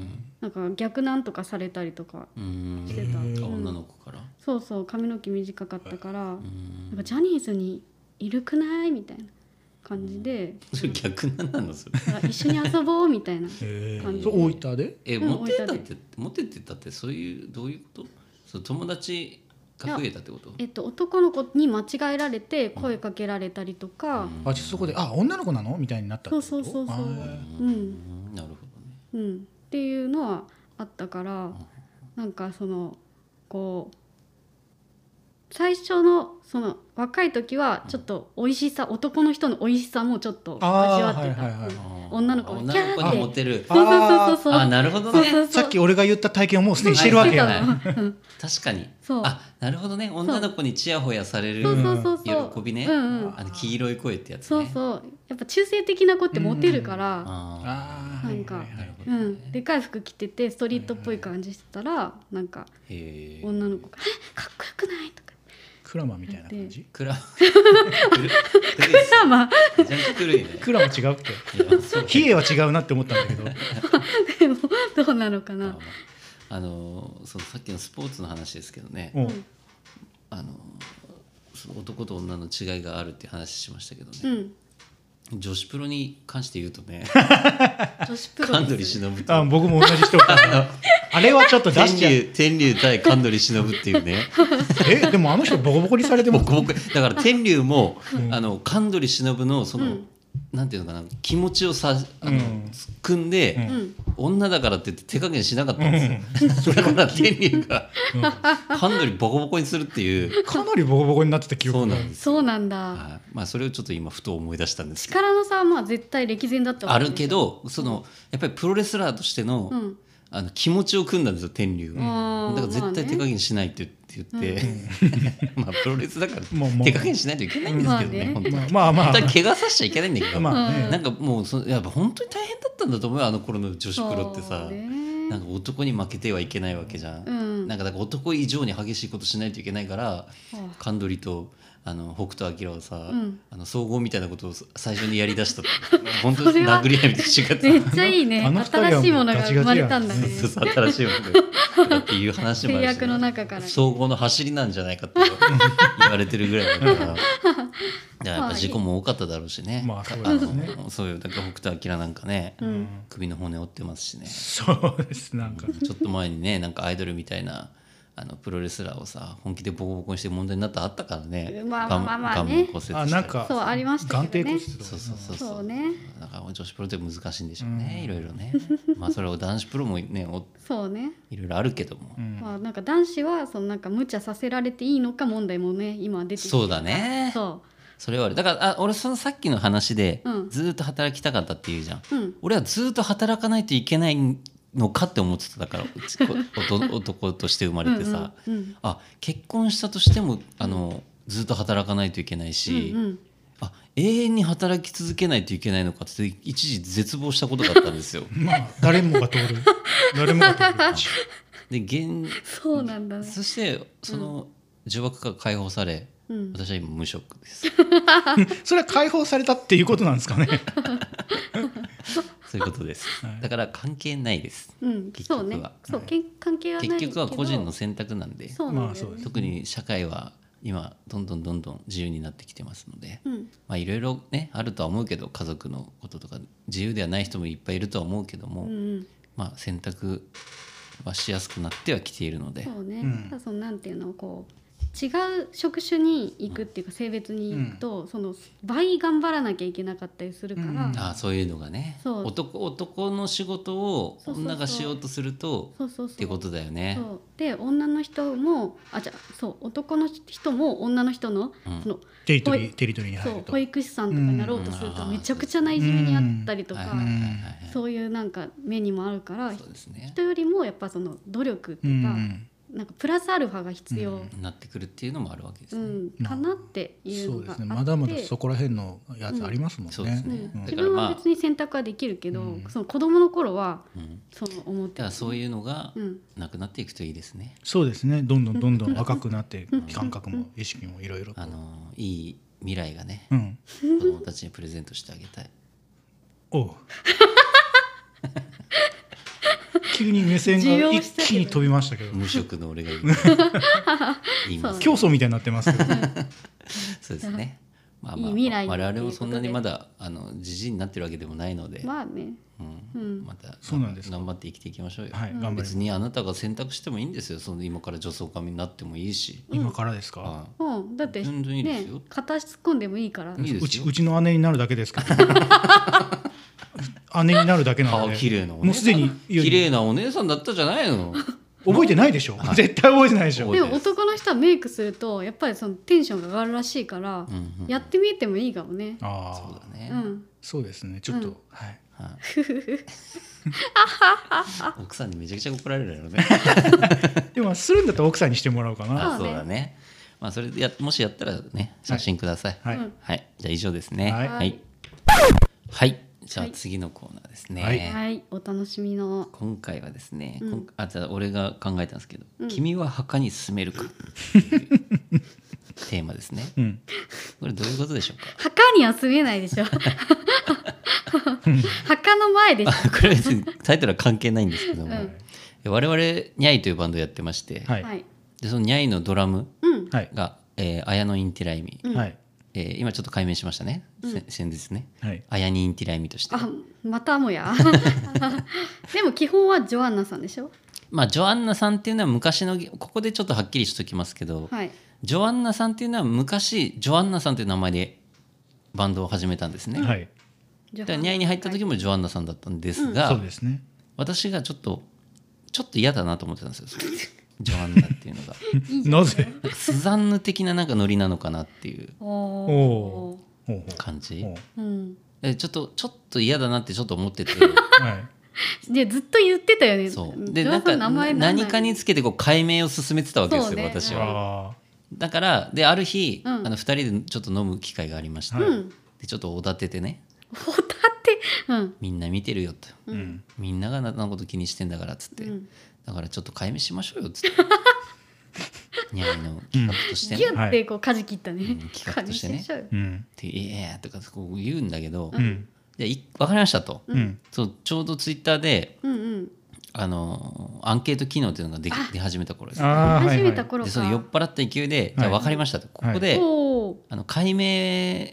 S4: なんか逆なんとかされたりとか
S3: うん
S4: してた、
S2: へー
S4: うん
S3: あ女の子から
S4: そうそう髪の毛短かったから、
S3: うん
S4: なんかジャニーズにいるくないみたいな感じで、
S3: それ逆なんなのそれ
S4: なんか一緒に遊ぼうみたいな
S2: へ
S4: 感
S2: ー
S4: じ
S2: そう大分で
S3: え
S4: うん
S3: モテたっ
S4: 置い
S3: てモテてたってそういうどういうことそう友達が増えたってこと
S4: えっと、男の子に間違えられて声かけられたりとか、
S2: あそこであ女の子なのみたいになったって
S4: そ
S2: こ
S4: う
S2: と
S4: そうそうそう
S2: あ
S3: う
S4: う、
S3: んんなるほどね
S4: うん、っていうのはあったからなんかそのこう最初のその若い時はちょっと美味しさ、男の人の美味しさもちょっと味わ
S2: あ
S4: っ
S2: ーはい
S4: てた、
S2: はいはい
S3: あー
S4: 女の子がキャー
S3: 女の子
S4: って
S3: にモテる
S4: そうそうそうそう
S3: あなるほど
S4: そう
S3: ね
S4: そうそう
S2: さっき俺が言った体験をもうすでにしてるわけ
S4: そう
S2: や
S4: してたのうん
S3: 確かに
S4: そう
S3: あなるほどね女の子にチヤホヤされる
S4: そうそうそうそう
S3: 喜びね
S4: うんうん
S3: あの黄色い声ってやつ
S4: そう
S3: ね
S4: そうやっぱ中性的な子ってモテるから、
S3: あ
S2: あー
S4: なんか
S2: はいはい
S3: ー
S2: は
S3: ないるほ
S4: う
S3: ど
S4: ん
S3: ね
S4: でかい服着ててストリートっぽい感じしてたらなんか
S3: へえ
S4: 女の子が「えかっこよくない?」とか
S2: クラマみたいな感じ
S3: 暗
S4: 「クラマ
S3: めちゃめちゃ古いね
S2: クラマ違うっけ
S3: いやそう
S2: 比叡は違うなって思ったんだけど
S4: でもどうなのかな
S3: あのそのさっきのスポーツの話ですけどね、
S2: もう
S4: うん
S3: あのその男と女の違いがあるって話しましたけど
S4: う
S3: ね、
S4: ん
S3: 女子プロに関して言うと ね
S4: 女子プロ
S3: 神取
S4: です
S3: 忍と
S2: あ僕も同じ人 かあれはちょっと出
S3: 天
S2: しちゃう
S3: 竜天竜対神取忍っていう ね
S2: えでもあの人ボコボコにされても
S3: ボコボコだから天竜も、
S2: ん
S3: あの神取忍のその、
S4: うん
S3: なんていうのかな気持ちをさあの、
S2: うん
S3: 突っ組んで、
S2: うん
S4: うん
S3: 女だからって言って手加減しなかったんです よ、だから天竜が神取ボコボコにするっていう
S2: かなりボコボコになってた記
S3: そう
S2: 憶が
S3: なんです
S4: そうなんだ
S3: はいまあ、それをちょっと今ふと思い出したんですけど
S4: 力の差はまあ絶対歴然だったわ
S3: あ
S4: でしょ
S3: るけどそのやっぱりプロレスラーとしての,、
S4: うん
S3: あの気持ちを組んだんですよ天竜は、
S4: うん
S3: だから絶対手加減しないって言って言って、 まあプロレスだから
S2: もうもう
S3: 手加減しないといけないんですけどね,、
S4: まあね
S3: 本当に。
S2: まあまあ
S3: 本当は怪我させちゃいけないんだけど、
S2: まあね
S3: なんかもうそのやっぱ本当に大変だったんだと思うよあの頃の女子プロってさ、
S4: そうね
S3: なんか男に負けてはいけないわけじゃん、
S4: うん
S3: なんかだから男以上に激しいことしないといけないから
S4: はあ
S3: 神取とあの北斗晶はさ、
S4: うん
S3: あの総合みたいなことを最初にやりだ したって本当
S4: そ
S3: に
S4: れは
S3: 殴り合いみたいな瞬間
S4: めっちゃいいね
S2: あの二人はもう
S4: 新しいものが
S2: ガチガ
S4: 生
S2: チ
S4: まれ
S2: やん
S4: たんだね
S3: そうそう新しいものだっていう話もあ
S4: 制
S3: るし
S4: 約の中から
S3: 総合の走りなんじゃないかって言われてるぐらいだからだからやっぱ事故も多かっただろうしね、
S2: まあそう
S3: あ
S2: ですね
S3: のそうよだから北斗晶なんかね、首の骨折ってますしね
S2: そうですなんか
S3: ちょっと前にねなんかアイドルみたいなあのプロレスラーをさ本気でボコボコにして問題になったあったからね
S4: まあまあまあまあ
S3: ガム
S4: ね
S3: ガムを骨折した
S2: あ
S3: り
S2: なんか
S4: そうありました
S2: 眼
S4: け
S2: 底
S4: ど
S2: 骨
S4: ね
S2: 折とか
S3: そうそうそう
S4: そうね
S3: だから女子プロって難しいんでしょうね、いろいろねまあそれを男子プロもねお
S4: そうね
S3: いろいろあるけども、
S4: まあなんか男子はそのなんか無茶させられていいのか問題もね今出てきて
S3: そうだね
S4: そ
S3: それはあるだからあ俺そのさっきの話で、
S4: うん
S3: ずーっと働きたかったっていうじゃん、
S4: うん
S3: 俺はずーっと働かないといけないのかって思ってただからうちこ 男男として生まれてさ、
S4: うんうんうん、
S3: あ結婚したとしてもあのずーっと働かないといけないう
S4: う
S3: し、
S4: ん
S3: あ永遠に働き続けないといけないのかって一時絶望したことがあったんですよ
S2: まあ誰もが通る誰もが通
S3: で
S2: る
S3: 現
S4: そうなんだね
S3: そしてその呪縛から解放され、
S4: うん
S3: 私は今無職 です。
S2: それは解放されたっていうことなんですかね
S3: そういうことです。だから関係ないです。
S4: うん
S3: 結局
S4: そ
S3: は
S4: うねそうけん関係はない
S3: 結
S4: けど
S3: 局は個人の選択なんで、
S4: そうなん
S2: まあ
S4: だ
S2: そう
S4: よ
S2: で
S4: ね
S2: す
S3: 特に社会は今どんどんどんどん自由になってきてますので、
S4: うん
S3: まあいろいろねあるとは思うけど家族のこととか自由ではない人もいっぱいいるとは思うけども、
S4: うん
S3: まあ選択はしやすくなってはきているので、
S4: そうね、
S2: うん
S4: ただそのなんていうのこう違う職種に行くっていうか性別に行くと、その倍頑張らなきゃいけなかったりするから、
S2: うん
S3: ああそういうのがね、
S4: そう
S3: 男男の仕事を
S4: そうそうそう
S3: 女がしようとすると
S4: そうそうそう
S3: ってことだよね。
S4: そうで女の人もあじゃあそう男の人も女の人の,、
S3: うん
S4: その
S2: テリトリーテリトリーに
S4: そ
S2: 入る
S4: う
S2: と
S4: 保育士さんとかになろうとす
S3: う
S4: る
S3: んあ
S4: と
S3: ー
S4: めちゃくちゃないじめにあったりとか、
S3: はいはいはいはい
S4: そういうなんか目にもあるから
S3: そうですね。
S4: 人よりもやっぱその努力とか、
S2: うん
S4: なんかプラスアルファが必要、
S3: なってくるっていうのもあるわけです
S4: う
S3: ね。
S4: ん
S2: まあ
S4: かなっていうの
S2: そう
S4: が
S2: で
S4: あっ
S2: す
S4: て、
S2: ねまだまだそこら辺のやつありますもんね、
S3: そうですね
S4: うん
S3: だから
S4: 自分
S3: まあ
S4: は別に選択はできるけど、
S2: うん
S4: その子供の頃は
S3: うん
S4: そう思って
S3: だからそういうのが
S4: うん
S3: なくなっていくといいですね。
S2: そうですねどんどんどんどん若くなって 感覚も意識もいろいろと
S3: あのいい未来がね
S2: うん
S3: 子供たちにプレゼントしてあげ たい。
S2: おう急に目線が一気に飛びましたけど
S3: 無職の俺が言い ます。
S2: 競争みたいになってますけど
S3: そうですね。まあ
S4: い
S3: ま
S4: い
S3: あ
S4: 未来に
S3: 我々もそんな
S4: と
S3: に
S4: いう
S3: ま
S4: こと
S3: だあのじじいになってるわけでもないので、
S4: まあね
S3: うん
S4: うん
S3: また
S2: そうなんですか
S3: 頑張って生きていきましょうよ。
S2: はい頑張りま
S3: 別
S2: す
S3: にあなたが選択してもいいんですよ。その今から女装家になってもいいし。
S2: 今からですか
S3: あ
S4: うん、だって
S3: 全然いいですよ
S4: ね片足突っ込んでもいいから、
S3: いいで
S2: う
S3: す
S2: ち
S3: よ
S2: う。ちの姉になるだけですけど 姉になるだけなの
S3: 顔
S2: で
S3: 綺麗なお
S2: もう
S3: 姉
S2: す
S3: さん
S2: でにいや
S3: 綺麗なお姉さんだったじゃないの。
S2: 覚えてないでしょ
S3: はい
S2: 絶対覚えてないでしょ
S3: 覚え
S4: で
S3: てない
S4: も男の人はメイクするとやっぱりそのテンションが上がるらしいから、
S3: うんうん
S4: やってみてもいいかもね。
S2: あ
S3: そう
S2: あ
S3: だね
S4: う。ん、
S2: そうですねちょっ
S4: うん
S2: とはい
S3: はい奥さんにめちゃくちゃ怒られるやろ ね。
S2: でもするんだったら奥さんにしてもらおうかな
S3: あそうだね。まあそれでやもしやったらね写真ください。
S2: はい
S4: うん
S3: はい、じゃあ以上ですね。
S2: はい
S3: はい。はいじゃあ
S4: はい
S3: 次のコーナーですね。
S2: はい
S4: はい、お楽しみの。
S3: 今回はですね、
S4: うん
S3: こんあじゃあ俺が考えたんですけど、
S4: うん
S3: 君は墓に住める かっていうテーマですね。
S2: うん
S3: これどういうことでしょうか。
S4: 墓には住めないで しょ。墓の前でしょ。
S3: これは別にタイトルは関係ないんですけども、
S4: うん
S3: 我々ニャイというバンドやってまして、
S2: はい
S4: はい。
S3: でそのニャイのドラム
S4: うん。
S2: はい
S3: が、えー、綾野インティライミ、
S4: うん
S2: はい
S3: えー今ちょっと解明しましたね、せ先日ね
S2: はい
S3: 綾にインティライミとして
S4: あ、また もや。でも基本はジョアンナさんでしょ。
S3: まあジョアンナさんっていうのは昔のここでちょっとはっきりしときますけど、
S4: はい。
S3: ジョアンナさんっていうのは昔ジョアンナさんという名前でバンドを始めたんですね、
S2: はい
S4: ジ
S3: だ
S4: ョ
S3: か
S4: ア
S3: ら
S4: ン
S3: ニャイに入った時もジョアンナさんだったんですが、
S2: そうですね
S3: 私がちょっとちょっと嫌だなと思ってたんですよジョアンナっていうのが
S2: なぜ
S3: なんかスザンヌ的ななんかノリなのかなっていう
S4: お
S2: お
S4: お
S2: ほうほ
S3: 感じ
S2: うほ
S4: ー。うん。
S3: えちょっとちょっと嫌だなってちょっと思 ってて
S2: うはい
S4: で、ずっと言ってたよね。
S3: そう
S4: ジ
S3: で
S4: ョア
S3: な
S4: ン
S3: ん
S4: さ
S3: か
S4: ん名前なんな
S3: 何
S4: い
S3: かに。つけてこう解明を進めてたわけです
S4: そ
S3: よ、
S4: うね
S3: 私は。
S2: あ
S3: だからである日、
S4: うん
S3: あの2人でちょっと飲む機会がありまして、
S2: はい
S4: うん。
S3: でちょっとおだててね
S4: ホタテ。うん。
S3: みんな見てるよと
S2: あうん
S3: みんながあなたのこと気にしてんだからっつって、
S4: うん
S3: だからちょっと解明しましょうよっつ ってニャイの企画として
S4: ギ
S3: ね、
S4: ュンってこう舵切ったね
S3: うん。企画としてね
S4: 舵切っちゃうよ
S2: うん
S3: っていやとかこう言うんだけど、
S2: う
S3: い
S2: ん
S3: やい分かりましたと、
S2: うん
S3: そうちょうどツイッターで
S4: うんうん。
S3: あのアンケート機能っていうのができ出始めた頃です。
S2: あーはい
S4: 始
S2: は
S4: め
S2: い
S4: た頃
S3: で
S4: か。
S3: その酔っ払った勢いで、じゃあ
S2: はい
S3: 分かりましたとここで、
S4: おお。
S3: あの解明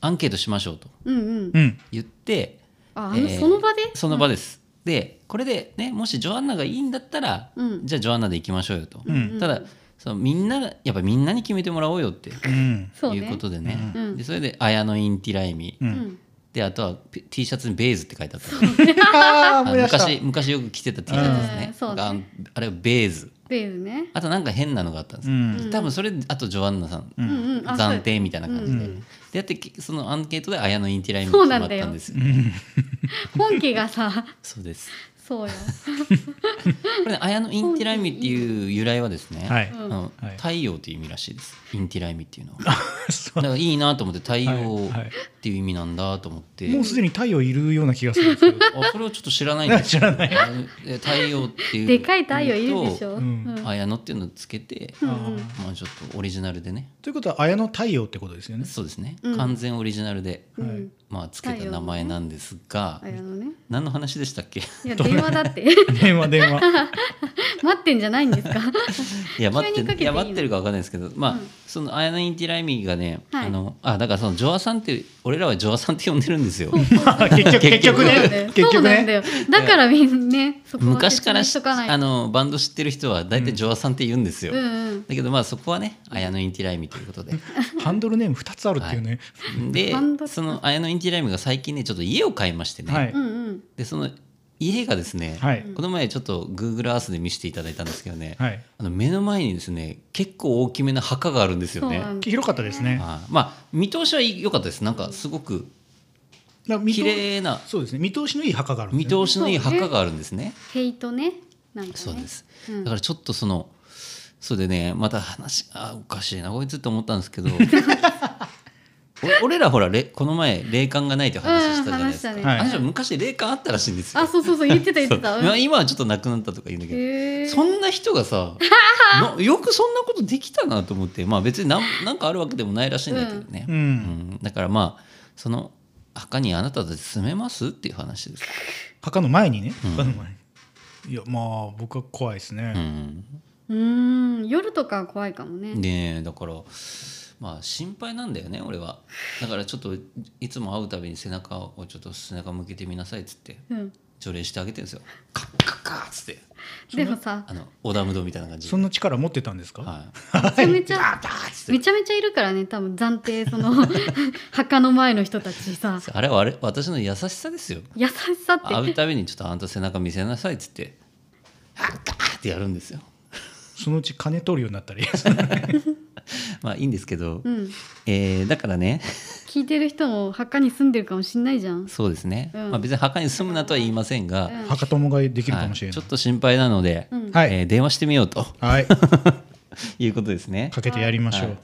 S3: アンケートしましょうと
S4: うんうん。
S2: うん
S3: 言って
S4: あ、あ
S3: え
S4: の
S3: ー
S4: その場で。
S3: その場です。でこれでねもしジョアンナがいいんだったら、
S4: うん
S3: じゃあジョアンナで行きましょうよと、
S2: ん
S3: ただそのみんなやっぱみんなに決めてもらおうよって
S2: う
S3: い
S2: ん
S4: そうね。
S3: うことでね
S4: うんうん
S3: でそれで「綾のインティライミ」
S2: う
S4: うんん。
S3: であとは P- T シャツに「ベーズ」って書いてあった
S2: ああ
S3: あ
S2: 思
S3: の
S2: い出し
S3: 昔
S2: た
S3: 昔よく着てた T シャツです
S4: うん
S3: ね
S4: そうね
S3: あのあれは「ベーズ
S4: ベールね」。
S3: あとなんか変なのがあったんです
S2: う
S3: よ、
S2: ん
S3: 多分それであとジョアンナさん、
S4: うんうん。あ
S3: 暫。定みたいな感じで、
S2: う
S3: で
S2: ん
S3: やってきそのアンケートで「綾のインティライミ」
S4: そう
S3: 決
S4: な
S3: まっ
S4: んだ
S3: た
S4: よ
S3: んですよ
S2: うん
S4: そう本家がさ、
S3: そうです
S4: そうよ。
S3: これね綾のインティライミっていう由来はですね、
S2: はい
S4: うん
S3: あの
S2: はい
S3: 太陽という意味らしいですインティライミっていうのは
S2: そ
S3: だ
S2: う
S3: からいいなと思って太陽
S2: はいはい
S3: っていう意味なんだと思って、
S2: もうすでに太陽いるような気がするんですけど
S3: あそれをちょっと知らないんです
S2: 知らない
S3: あのえ太陽っていう
S4: でかい太陽いるでしょ。
S3: と
S4: う
S2: うん
S4: ん。
S3: 綾乃っていうのをつけて、
S4: うん
S2: あ
S3: まあ、ちょっとオリジナルでね
S2: ということは綾の太陽ってことですよね
S3: そうですね、
S4: うん
S3: 完全オリジナルで、
S4: う
S2: はい
S4: ん。
S3: まあ、つけた名前なんですが、
S4: あやのね。
S3: 何の話でしたっけ
S4: いや電話だって。
S2: 電話電話
S4: 待ってんじゃないんですか。
S3: いや待っ
S4: 急にか
S3: てい
S4: けていい
S3: や
S4: の
S3: 待ってるか分かんないですけどまあ、
S4: うん
S3: その綾乃インティライミがね、
S4: はい
S3: あのあだからそのジョアさんって俺らはジョアさんって呼んでるんですよ。
S2: 結局 結
S3: 結局
S2: 局
S4: そうなんだ
S2: ね
S4: よ
S2: 結
S4: そう
S2: 局
S4: なんだ
S2: ね
S4: よ。だからみんなね、そこは
S3: 昔
S4: 説
S3: か
S4: 明
S3: ら
S4: しとかない
S3: あ
S4: と。
S3: のバンド知ってる人は大体ジョアさんって言うんですよ、
S4: うんうん。
S3: だけどまあそこはね綾乃インティライミという ことで
S2: ハンドルネーム二つあるっていうね
S3: で
S4: バンド
S3: その綾乃インティライミが最近ねちょっと家を買いましてね、
S2: はい
S4: うんうん。
S3: でその家がですね、
S2: はい
S3: この前ちょっと Google Earth で見せていただいたんですけどね、
S2: はい
S3: あの目の前にですね結構大きめな墓があるんですよね
S4: そうなんだ
S2: 広かったですね
S3: はいまあ見通しは良かったですなんかすごく
S2: だから見
S3: 綺
S2: 通
S3: 麗な
S2: そうですね見通しのいい墓があるん
S3: 見
S2: ですね
S3: 通しのいい墓があるんですね
S4: ヘイトね。なんかね。
S3: そうです、
S4: うん
S3: だからちょっとそのそれでねまた話あおかしいなこいつって思ったんですけどお俺らほられこの前霊感がないって話したじゃないですか、
S4: うん話
S2: したね
S3: あの人昔霊感あったらしいんですよ
S4: あそうそうそう言ってた言ってた
S3: そううんまあ今はちょっとなくなったとか言うんだけど、
S4: へえ
S3: そんな人がさのよくそんなことできたなと思ってまあ別になんなんかあるわけでもないらしいんだけどね、
S2: う、
S3: うんんだからまあその墓にあなたたち住めますっていう話です、
S2: 墓の前にね、
S3: うん
S2: 墓の前にいやまあ僕は怖いですね、
S3: うん、
S4: うーん夜とかは怖いかもね
S3: ねえだからまあ心配なんだよね俺はだからちょっといつも会うたびに背中をちょっと背中向けてみなさいっつって
S4: うん
S3: 除霊してあげてるんですよカッカッカッつって
S4: でもさ
S3: あのオダムドみたいな感じ
S2: そんな力持ってたんですか、
S3: はい
S4: めちゃめちゃ
S3: ダーッつって
S4: めちゃめちゃいるからね多分暫定その 墓の前の人たちさ
S3: あれはあれ私の優しさですよ
S4: 優しさって
S3: 会うたびにちょっとあんた背中見せなさいっつってあっガーってやるんですよ
S2: そのうち金取るようになったり
S3: まあいいんですけど、
S4: うん
S3: えーだからね
S4: 聞いてる人も墓に住んでるかもしんないじゃん
S3: そうですね、
S4: うん
S3: まあ、別に墓に住むなとは言いませんが、
S4: うん
S2: 墓友ができるかもし
S3: は
S2: れ
S3: い
S2: な
S3: ち
S2: い
S3: ょっ、と心配なので、
S4: うん
S2: はい
S3: えー電話してみようと
S2: はい、
S3: いうことですね
S2: かけてやりましょう、
S3: はい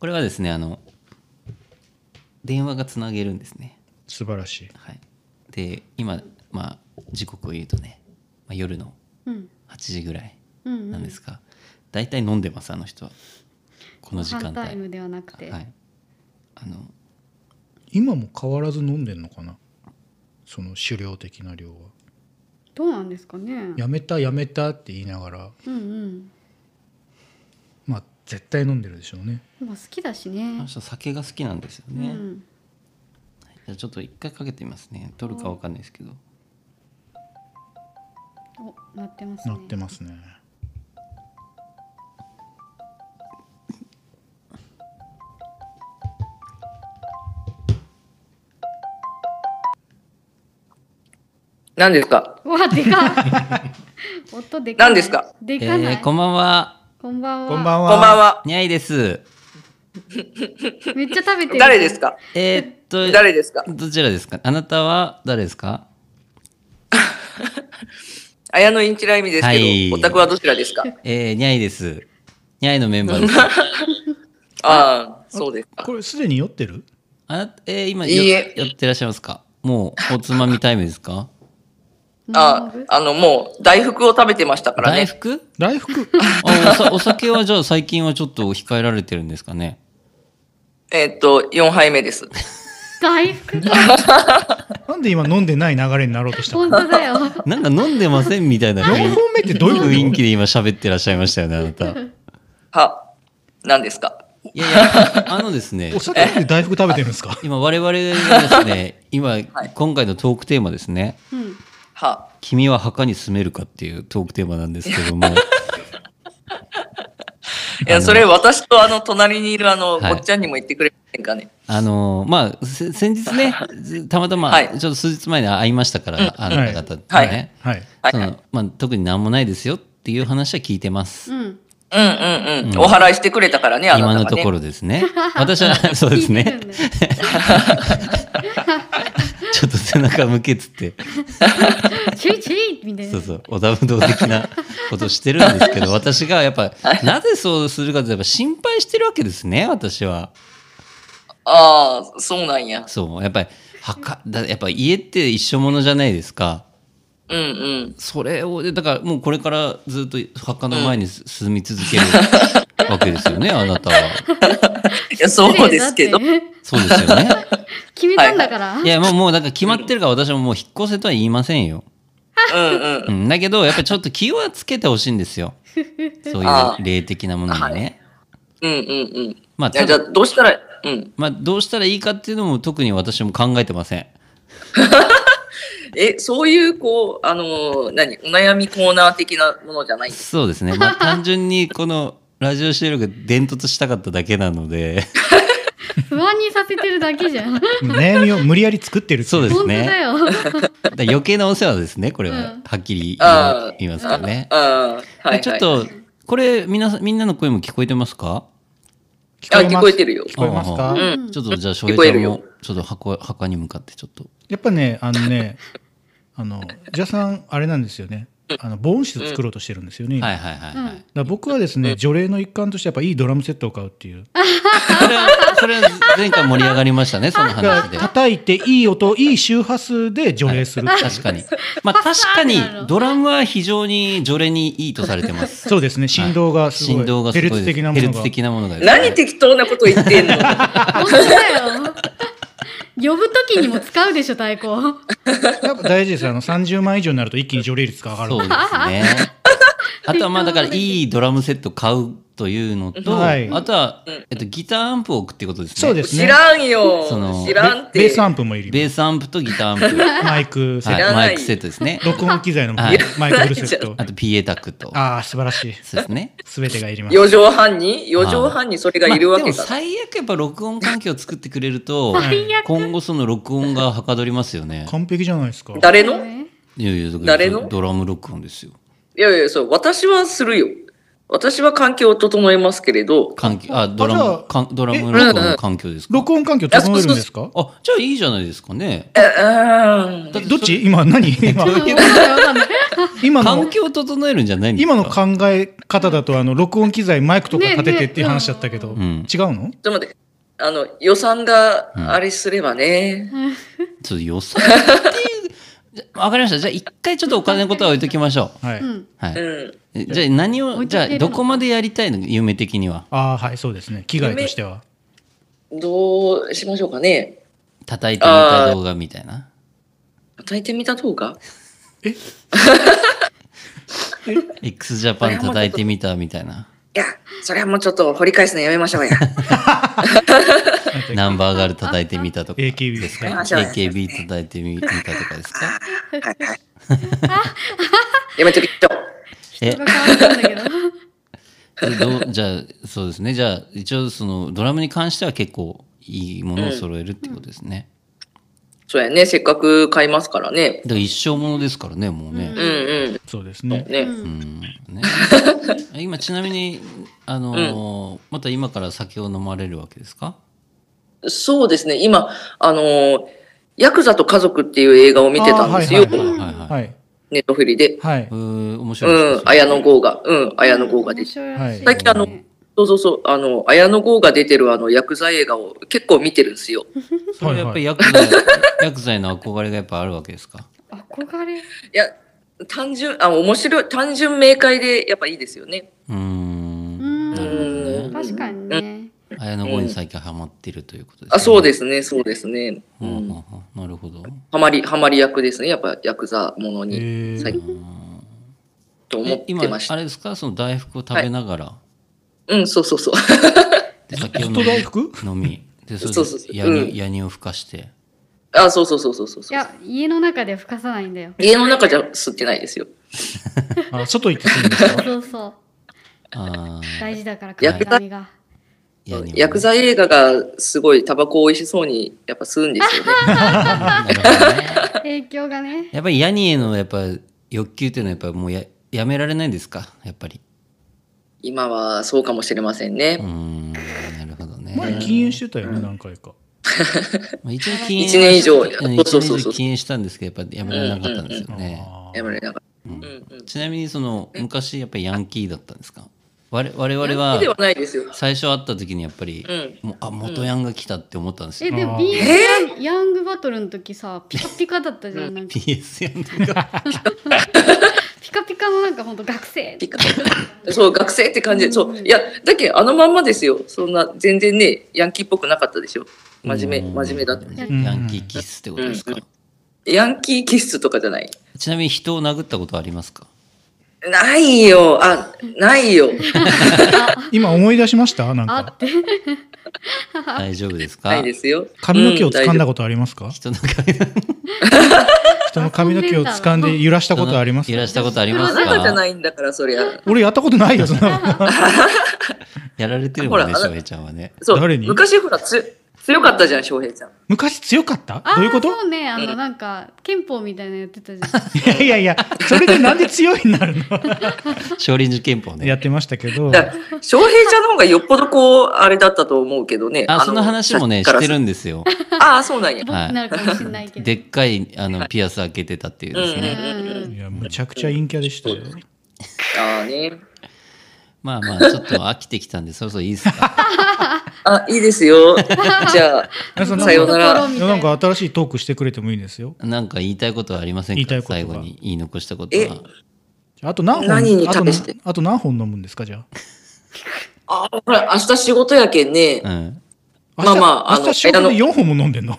S3: これはですねあの電話がつなげるんですね、
S2: 素晴らしい
S3: はい、で今、まあ、時刻を言うとね、まあ、夜の
S4: うん
S3: 8時ぐらい
S4: うんうん
S3: なんですが、大体飲んでますあの人はこの時間
S4: ハンタイム
S3: 帯
S4: ではなくて、
S3: はいあの
S2: 今も変わらず飲んでんのかなその狩猟的な量は
S4: どうなんですかね
S2: やめたやめたって言いながら
S4: うん
S2: まあ絶対飲んでるでしょうね
S4: うんまあ好きだし
S3: あ
S4: ね
S3: の人酒が好きなんですよね、
S4: うん、
S3: じゃあちょっと一回かけてみますね取るかわかんないですけど
S4: お鳴ってますね
S2: なってますね
S5: 何ですか
S4: う わでか い音でかい
S5: 何ですか
S4: で
S3: え
S4: かない、
S3: ーこんばんは
S4: こんばんは
S2: こんばんは
S5: こんばんは。
S3: にゃいです
S4: めっちゃ食べてる
S5: 誰ですか
S3: えーっと
S5: 誰ですか
S3: どちらですかあなたは誰ですか
S5: 綾野インチラ意味ですけど、
S3: はい
S5: オタクはどちらですか
S3: えー、にゃいですにゃいのメンバー です
S5: ああ、そうですか。
S2: これすでに酔ってる
S3: あなえー今
S5: いいえ
S3: ややってらっしゃいますかもうおつまみタイムですか
S5: ああ、あの、もう、大福を食べてましたから
S3: 大
S5: ね。
S3: 福
S2: 大福
S3: あおさ お酒はじゃあ最近はちょっと控えられてるんですかね
S5: えーっと、4杯目です。
S4: 大 福だ
S2: なんで今飲んでない流れになろうとした の
S4: 本当だよ
S3: なんか飲んでませんみたいな
S2: 4本 目ってどういうこと
S3: 雰囲気で今喋ってらっしゃいましたよねあなた
S5: は、何ですか
S3: いやいや、あのですね
S2: お、酒飲んで大福食べてるんで すか
S3: 今我々がです ね、今、今回のトークテーマですね、
S4: うん
S5: は、
S3: 君は墓に住めるかっていうトークテーマなんですけども、
S5: いや、それ私とあの、隣にいるあの、
S3: はい
S5: ごっちゃんにも言ってくれませんかね。
S3: あの、まあ、せ先日ね、ずたまたま、
S5: はい
S3: ちょっと数日前に会いましたから、あなた方と
S5: はい
S3: ね、
S2: はい
S5: はい
S3: そのまあ、特になんもないですよっていう話は聞いてます。
S4: うん
S5: うんうんうん。お祓いしてくれたからね、あな
S3: 今
S5: た
S3: の
S5: が
S3: と
S5: ね。
S3: ころです ね。私は、そうですね。ちょっと背中向けっつって、
S4: チリチリみたいな
S3: そうそう、おだぶどう的なことしてるんです けど、私がやっぱ、なぜそうするかって、やっぱ心配してるわけですね、私は。
S5: ああ、そうなんや。
S3: そう、やっぱり、墓、だやっぱ家って一生ものじゃないですか。
S5: うんうん。
S3: それを、でだからもうこれからずっと墓の前にす住み続ける わけですよね、あなたは。
S5: いや、そうですけど。
S4: 失礼だって
S3: そうですよ ね。
S4: 決めたんだから
S3: いや、もう、もう、だから決まってるから私ももう引っ越せとは言いませんよ。
S5: うんうん。
S3: うん、だけど、やっぱりちょっと気はつけてほしいんです よ。そう
S5: あ
S3: い
S5: あ
S3: う霊的なものにね。
S5: うんうんうん。い
S3: まあ、た
S5: やじゃあ、
S3: だ
S5: どうしたら、うん。
S3: まあ、どうしたらいいかっていうのも特に私も考えてません。
S5: え、そういう、こう、あの、何、お悩みコーナー的なものじゃない
S3: そうですね。ま あ、単純にこのラジオ収録伝突したかっただけなので、
S4: 不安にさせてるだけじゃん
S2: 悩みを無理やり作ってるってい
S3: そうです
S4: 本当だ
S3: ね。
S4: よ
S3: だから余計なお世話ですね、これは。
S4: うん
S3: はっきり
S5: ああ
S3: 言いますからね。
S5: ああ、はい、はい。
S3: ちょっと、これ、皆さん、みんなの声も聞こえてますか
S2: 聞
S5: あ、
S2: こえ
S5: 聞
S2: ま
S5: こえ
S2: す
S5: てるよ。
S2: 聞こえますか、
S5: うん
S4: うん
S3: ちょっと、じゃあ、翔
S5: 聞こえ
S3: 平ちゃ
S5: る
S3: ん
S5: よ
S3: も、ちょっと墓、墓に向かって、ちょっと。
S2: やっぱねあのねあのじゃさんあれなんですよねあの防音室を作ろうとしてるんですよね、今
S3: はいはいはい はい。
S2: だから僕はですね、除霊の一環としてやっぱいいドラムセットを買うっていう
S3: それは、それは前回盛り上がりましたね、その
S2: だか
S3: 話で
S2: ら。叩いていい音いい周波数で除霊する、
S3: 確かに。まあ確かに、ドラムは非常に除霊にいいとされてます。
S2: そうですね 振動がすごい,、
S3: 振動がす
S2: ペ
S3: ごい
S2: ル
S3: です。
S2: ツ的なもの
S3: ペル
S2: が
S3: ツ的なものが。
S5: 何適当なこと言っ てんの
S4: 本当だよ呼ぶ時にも使うでしょ太鼓
S2: やっぱ大事ですあの30万以上になると一気に除霊率が上がる
S3: そうです ね。あとはまあだからいいドラムセット買うというのと、
S2: はい
S3: あとは
S5: うん、
S3: えっと、ギターアンプを置くっていうことですね。
S2: そうです
S5: 知らんよ
S3: その。
S5: 知らんっ
S2: ベベー
S5: て
S2: ス。アンプもいる
S3: ベースアンプとギターアンプ。は、
S2: マイクセット、
S5: らないい
S3: マイクセットです ね。
S2: 録音機材のマ
S3: はい
S2: イクフルセット
S3: あと PA タックと。
S2: ああ素晴らしい
S3: そうですね。
S2: 全てがいります
S5: 4畳半に ?4 畳半にそれがいるわ
S3: まあ
S5: け
S3: でも
S5: か。
S3: 最悪やっぱ録音環境を作ってくれる と、
S2: はい
S3: 今後その録音がはかどりますよね。
S2: 完璧じゃないですか
S5: 誰の
S3: いやいやだから
S5: 誰の
S3: ドラム録音ですよ。
S5: いやいや、そう、私はするよ。私は環境を整えますけれど、
S3: 環境、あ、ドラ
S2: あじゃあ
S3: ム、かんドラム録音の環境ですか。
S2: 録音環境整えるんですか
S3: あ、じゃあいいじゃないですかね。
S5: えうん
S3: だて
S2: どっち今何今今の
S3: 環境を整えるんじゃないんですか
S2: 今の考え方だとあの録音機材マイクとか立ててっていう話だったけど、
S3: ねえね
S2: 違うの
S5: ちょっと待って、あの、予算があれすればね、
S3: ちょっと予算っていう。わかりました。じゃあ一回ちょっとお金のことは置いときましょう。
S2: はい、
S4: うん
S3: は
S5: う
S3: い。
S5: ん。
S3: えじゃあ何を、
S4: 置い
S3: じ
S4: と
S3: ゃあ
S4: けるの
S3: どこまでやりたいの夢的には。
S2: ああはいそうですね機材としては
S5: どうしましょうかね。
S3: 叩いてみた動画みたいな。
S5: 叩いてみた動画
S2: え
S3: x ジャパン叩いてみたみたいな。
S5: いや、それはもうちょっと掘り返すのやめましょ うや。
S3: ナンバーガール叩いてみたとか。
S2: AKB です
S5: やめ
S2: ね
S5: ましょうや。
S3: AKB 叩いてみたとかですか
S5: やめときましょう。
S3: え
S4: 人が変わったんだけど
S3: どうじゃあそうですねじゃあ一応そのドラムに関しては結構いいものを揃えるってことですね、
S5: そうやね、せっかく買いますからね。
S3: だから一生ものですからねもうね
S5: うんうん。
S2: そうですね
S5: ね、
S3: うんね今ちなみにあのーまた今から酒を飲まれるわけですか
S5: そうですね、今、あのーヤクザと家族っていう映画を見てたんですよ、
S2: あーはいは
S3: は
S2: い
S3: いはい、
S2: はい
S5: ネットフリで。
S2: はい、
S3: うー面白いです
S5: う
S3: ね
S5: ん、綾野剛が。うん、綾野剛が
S4: 面
S5: 出て。
S4: 白いらしい
S5: 最近あの、そうそうそう、あの、綾野剛が出てるあの、ヤクザ映画を結構見てるんですよ。
S3: それはやっぱりヤクザ、ヤクザへの憧れがやっぱあるわけですか
S4: 憧れ
S5: いや、単純、あ、面白い、単純明快でやっぱいいですよね。
S3: うーん
S4: うん
S3: なるほどね
S4: 確かにね
S3: 綾野剛に最近ハマってるということですね、
S5: あ、そう
S3: す、
S5: ですね、そうですね。う
S3: うんうん
S5: ん。
S3: うんなるほど
S5: ハマり、ハマり役ですね。やっぱヤクザもの
S2: え
S5: に、
S2: ー
S5: 最近
S3: うん
S5: と思っ
S3: え今
S5: てまし
S3: あ
S5: た。
S3: れですかその大福を食べながら、
S5: うん、そうそう そう。
S3: で酒を飲
S2: ずっと大福
S3: み飲みでそれで
S5: そうそうそう
S3: ヤニ
S5: うん
S3: ヤニをふかして
S5: あ、そうそうそうそうそう
S4: い
S5: そう。
S4: や家の中でふかさないんだよ
S5: 家の中じゃ吸ってないですよ。
S2: あ外行ってするんですか
S4: そうそう
S3: あー
S4: 大事だから
S5: ヤクザ
S4: 体が
S3: ヤニをね
S5: ヤクザ映画がすごいタバコを美味しそうにやっぱ吸うんですよね。
S3: なるほどね
S4: 影響がね
S3: やっぱりヤニへのやっぱ欲求っていうのはやっぱもうややめられないんですかやっぱり
S5: 今はそうかもしれません
S3: うー
S5: ね。
S3: んなるほどね、
S2: 前禁煙してたよね何回か
S3: まあ、一応禁煙
S5: 一年以上
S3: うん一
S5: そう
S3: 年
S5: そう
S3: 以
S5: そ
S3: 上
S5: う
S3: 禁煙したんですけどやっぱやめられなかったんですよね、
S2: あー
S5: やめられなかった。うんんうん。
S3: ちなみにその昔やっぱりヤンキーだったんですか我我々
S5: ヤンキーでは
S3: は
S5: ないですよ。
S3: 最初会った時にやっぱり、
S5: うん
S3: もうあ元ヤンが来たって思ったんですよ
S4: えで
S2: あ
S4: も
S2: ー
S4: BS ヤンヤングバトルの時さピカピカだったじゃんなんか
S3: PS ヤンが
S4: ピカピカのなんかほんと学生
S5: ピカピカそう、学生って感じで。そう。いや、だけどあのまんまですよ。そんな、全然ね、ヤンキーっぽくなかったでしょ。 真面目、真面目だった。
S2: うん
S3: ヤンキー気質ってことですか、
S5: うんヤンキー気質とかじゃない。
S3: ちなみに人を殴ったことはありますか
S5: ないよ。あ、ないよ。
S2: 今思い出しましたなん
S4: あ
S2: か
S4: って
S3: 大丈夫ですか
S5: ないですよ。
S2: 髪の毛を掴んだ
S5: こ
S2: ことありますか、
S3: 人の髪の
S2: 人の髪の毛を掴んで揺らしたことあります
S3: 揺らしたことあります
S5: とあなたじゃ
S3: か
S5: ないんだから、そりゃ。
S2: 俺やったことないよそんなこと
S3: やられてるもんね、
S5: ほらあな
S3: 翔平ちゃんはね。
S5: そう。
S2: 誰に
S5: 昔ほら、つ強かったじゃん、翔平ちゃん。
S2: 昔強かった
S4: あ
S2: どういうこ
S4: ー
S2: と
S4: そうねあのなんか憲法みたいなのやってたじゃ
S2: いや
S4: ん
S2: いやいやそれでなんで強いになるの
S3: 少林寺拳法
S2: や
S3: ね。
S2: ってましたけど
S5: だから翔平ちゃんの方がよっぽどこう、あれだったと思うけどね。
S3: あ、その話もね、
S5: さ
S3: し
S5: っきから
S3: てるんですよ。
S5: ああ、そうなんや。
S4: ボッてなるかもしれないけど。
S3: でっかいあのピアス開けてたっていうです
S4: う
S3: ね、
S4: ん
S2: いやむちゃくちゃ陰キャでしたよ
S5: ああね。
S3: まあまあちょっと飽きてきたんでそろそろいいですか
S5: あ、いいで すよ。じゃあ、
S2: えそんな
S5: さようなら。
S4: みたい
S2: なんか新しいトークしてくれてもいいんですよ
S3: なんか言いたいことはありません
S2: 言いた
S3: か
S2: いことは
S3: 最後に言い残したことは
S2: じゃああと何本
S5: 何に
S2: あと
S5: 試して
S2: あと何本飲むんですかじゃ
S5: あほら、明日仕事やけんね。
S3: うん
S2: あ
S5: まあま
S2: 明日
S5: ああの
S2: 明日仕事で4本も飲んでんの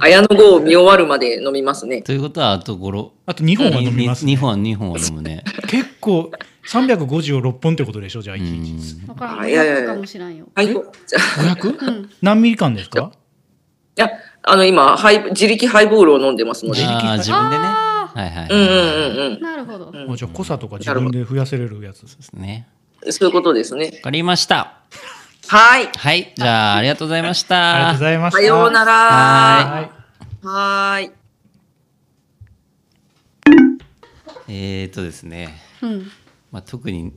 S5: 綾野剛を見終わるまで飲みますね。
S3: ということはあと5
S2: あと2本は飲みます、ね、
S3: 2本2本は飲む ね
S2: 結構350を6本ってことでしょじゃあ
S3: う
S2: 一日
S3: ん
S4: わからん。
S5: あいやいやいや
S4: かもしらんよ。
S5: はい。じゃあ
S2: 500?
S4: うん。
S2: 何ミリ缶ですか
S5: いや、あの、今、ハイ自力ハイボールを飲んでますので。
S3: ああ自分でねはいはい、
S5: うんうん
S3: で
S5: うん
S4: なるほど。
S5: うん
S2: あじゃあ濃さとか自分で増やせれるやつ
S3: すね
S5: うん。そういうことですね。
S3: わかりました
S5: はい。
S3: はいじゃあありがとうございました
S2: ありがとうございました
S5: さようなら。
S3: は
S2: はい
S5: はーい。
S3: えーとですね、
S4: うん。
S3: まあ、特に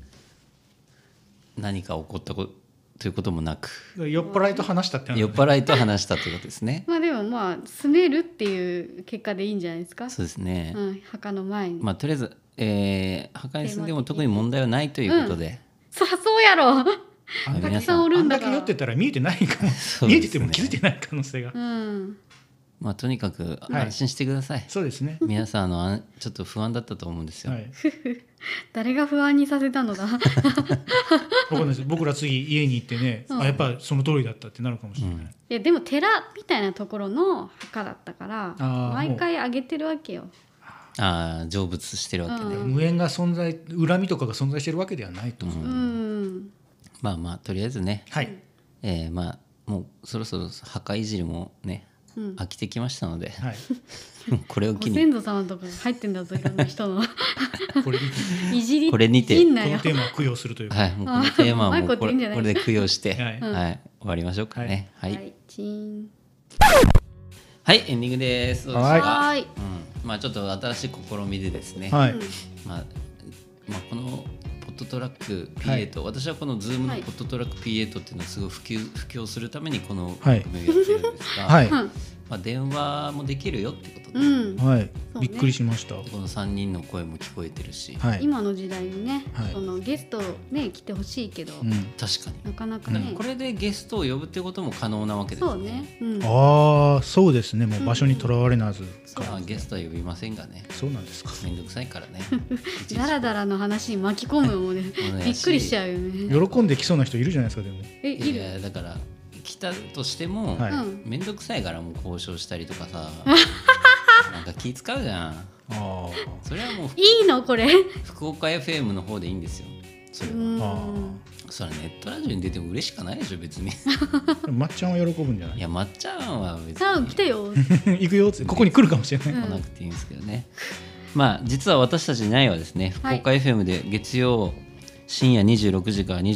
S3: 何か起こったことということもなく
S2: 酔っ払いと話したって
S3: 酔っ払いと話したということですね。
S4: まあでもまあ住めるっていう結果でいいんじゃないですか。
S3: そうですね、
S4: うん。墓の前に。
S3: まあ、とりあえず、えー、墓に住んでも特に問題はないということで、
S4: そりゃそうやろ。
S2: あん
S4: た
S2: だ
S3: 皆
S2: け
S3: さ
S4: くさ
S3: ん
S4: んおる
S2: あ
S4: ん
S2: ん
S4: だ
S2: だ
S4: か
S2: け
S4: ら。
S2: 酔ってたら見えてないかも、
S3: そうですね
S2: 見えてても気づいてない可能性が
S4: うん。
S3: まあ、とにかく
S2: はい
S3: 安心してください、
S2: そうですね
S3: 皆さんあのあんちょっと不安だったと思うんですよ、
S2: はい
S4: 誰が不安にさせた のだ。
S2: わかんないです僕ら次家に行ってね、
S4: うん
S2: あやっぱその通りだったってなるかもしれない、
S3: うん
S4: いやでも寺みたいなところの墓だったから
S2: ー
S4: 毎回あげてるわけよ。
S3: ああ成仏してるわけで、
S4: うん
S2: 無縁が存在恨みとかが存在してるわけではないと、
S3: うん
S4: うん。
S3: まあまあとりあえずね、
S2: はい
S3: えー、まあもうそろそろ墓いじりもね
S4: うん。
S3: 飽きてきましたの で、
S2: はい
S3: これを機に
S4: ご先祖様とか入ってんだぞいろんな人 の
S2: これに
S4: いじり
S3: これにて
S4: いじんな
S2: この
S4: よ。
S2: テーマを供養するというか、
S3: はいもうこのテーマは
S4: あー
S3: もうこれ
S4: うまいこと言うんじゃない
S3: これで供養して、は
S2: はいい
S3: 終わりましょうかねはい、はい
S4: はい。チーン。
S3: エンディングですどうで
S2: は
S3: す
S2: い
S3: か
S4: はーい。
S3: うん、まあちょっと新しい試みでですね、
S2: はい
S3: まあまあ、このポットトラック
S2: はい
S3: P8、私はこの Zoom の
S4: はい
S3: ポットトラック P8 っていうのをすごい普及普及するためにこの
S2: はい
S3: 番組をやってるんですが、
S2: はい
S4: うん。
S3: まあ、電話もできるよってことで,、
S4: うん。
S2: はい、
S4: そう
S2: び
S4: ね
S2: っくりしました
S3: この3人の声も聞こえてるし、
S2: はい、
S4: 今の時代にね、
S2: はい
S4: そのゲストね来てほしいけど、
S2: うん、
S3: 確かに、
S4: なかなかね、
S3: これでゲストを呼ぶってことも可能なわけです
S4: そう
S3: ね
S4: ね、うん、
S2: ああそうですねもう場所にとらわれなずか、
S3: まあ、ゲストは呼びませんがね
S2: そうなんですか
S3: めんどくさいから ねいちいち
S4: だらだらの話に巻き込むのもね
S3: お願いし
S4: びっくりしちゃうよね
S2: 喜んできそうな人いるじゃないですかでも
S4: えい
S3: い
S4: る
S3: やだから来たとしても、
S2: はい
S4: うん
S3: めんどくさいからもう交渉したりとか さなんか気使うじゃん
S2: あ
S3: それはもう
S4: いいのこれ
S3: 福岡 FM の方でいいんですよそれ
S4: う
S3: は、
S4: ん
S3: それはネットラジオに出ても嬉しくないでしょ別にい
S2: あまっちゃんは喜ぶんじゃない
S3: やまっちゃんは別
S4: さあ
S3: に
S4: 来 てよ
S2: 行くよってここに来るかもしれない、
S4: うん
S3: 来なくていいんですけどね、まあ実は私たちないはですね福
S4: はい
S3: 岡 FM で月曜深夜26時から26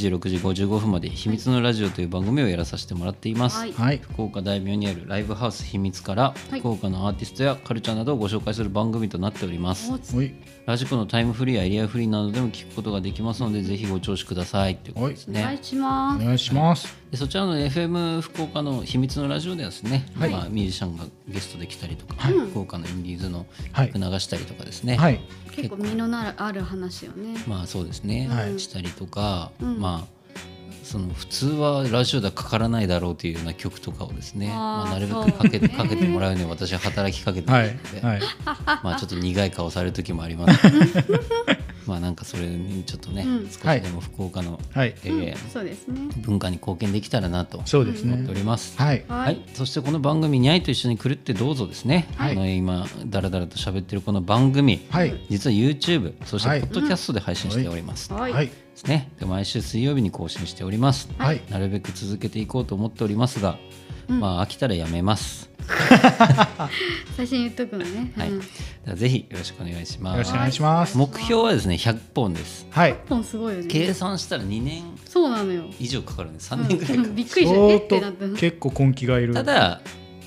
S3: 時55分まで「秘密のラジオ」という番組をやらさせてもらっています、
S4: はい
S2: はい
S3: 福岡大名にあるライブハウス秘密から、
S4: はい
S3: 福岡のアーティストやカルチャーなどをご紹介する番組となっております
S4: お
S2: おい
S3: ラジコのタイムフリーやエリアフリーなどでも聞くことができますのでぜひご聴取くださいということです
S4: お願
S3: ね
S4: いしま
S2: お
S4: す、
S2: 願いします、
S3: でそちらの FM 福岡の秘密のラジオではですね、
S2: はい
S3: まあ、ミュージシャンがゲストで来たりとか、福岡のインディーズの
S2: はい
S3: 曲流したりとかですね、
S2: はい
S4: 結構身のなるある話よね
S3: まあそうですね、
S2: はい
S3: したりとか、
S4: うん
S3: まあその普通はラジオではかからないだろうというような曲とかをですね
S4: あー
S3: まあ、なるべ
S4: そう
S3: く
S4: ね
S3: かけ,、かけてもらうように私は働きかけてま
S2: は
S3: す
S2: い
S3: ので、
S2: はい
S3: まあ、ちょっと苦い顔される時もありますけど まあなんかそれにちょっとね、
S4: うん
S3: 少しでも福岡の、
S2: はい
S3: え
S4: うん
S3: ー、
S4: そうですね
S3: 文化に貢献できたらなと思
S2: そうですね、
S3: っております。
S2: はい
S4: は
S3: はいい、そしてこの番組「にゃいと一緒に来るってどうぞ」ですね、
S2: はい
S3: あの今だらだらと喋ってるこの番組、
S2: はい
S3: 実は YouTube そして
S2: はい
S3: ポッドキャストで配信しております、
S4: は、
S2: はいい
S4: は
S2: はいい、
S3: ですねで毎週水曜日に更新しております、
S2: はい
S3: なるべく続けていこうと思っておりますが、まあ飽きたらやめます、
S4: 最初に言っとくのね、
S3: はい
S4: うん、
S3: ではぜひよろしくお願いし
S2: よ
S3: ま
S2: ろし
S3: す
S2: くお願いします
S3: 目標はですね100本です
S2: はい
S4: 本すごいよね
S3: 計算したら2年
S4: そうなのよ、
S3: 以上かかるんで3
S4: うん
S3: 年ぐらいかかる、
S4: びっくりしたえ
S2: 相
S4: ってなった
S2: 当
S4: の
S2: 結構根気がいる
S3: ただ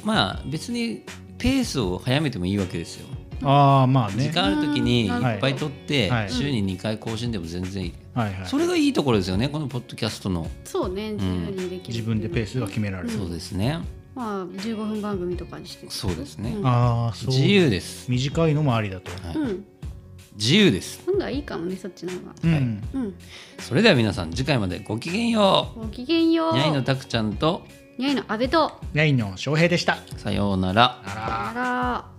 S3: まあ別にペースを早めてもいいわけですよ
S2: ああまあね
S3: 時間ある時にい
S4: うん
S3: っぱい撮って、
S2: はい
S3: 週に2回更新でも全然いい、
S2: はいはい
S3: それがいいところですよねこのポッドキャストの、
S4: そうね自由にできる、
S2: 自分でペースが決められる、
S3: そうですね
S4: まあ15分番組とかにして
S3: そうですね、
S4: うん
S2: ああそう
S3: 自由です
S2: 短いのもありだと、
S3: は
S4: う
S3: い
S4: ん
S3: 自由です
S4: 今度はいいかもねそっちの方が
S2: うん
S4: うん
S3: それでは皆さん次回までごきげんよ
S4: ごきげんよ
S3: う
S4: う
S3: にゃいのたくちゃんと
S4: にゃいの阿部と
S2: ナインの翔平でした
S3: さようなら
S2: あら
S4: あら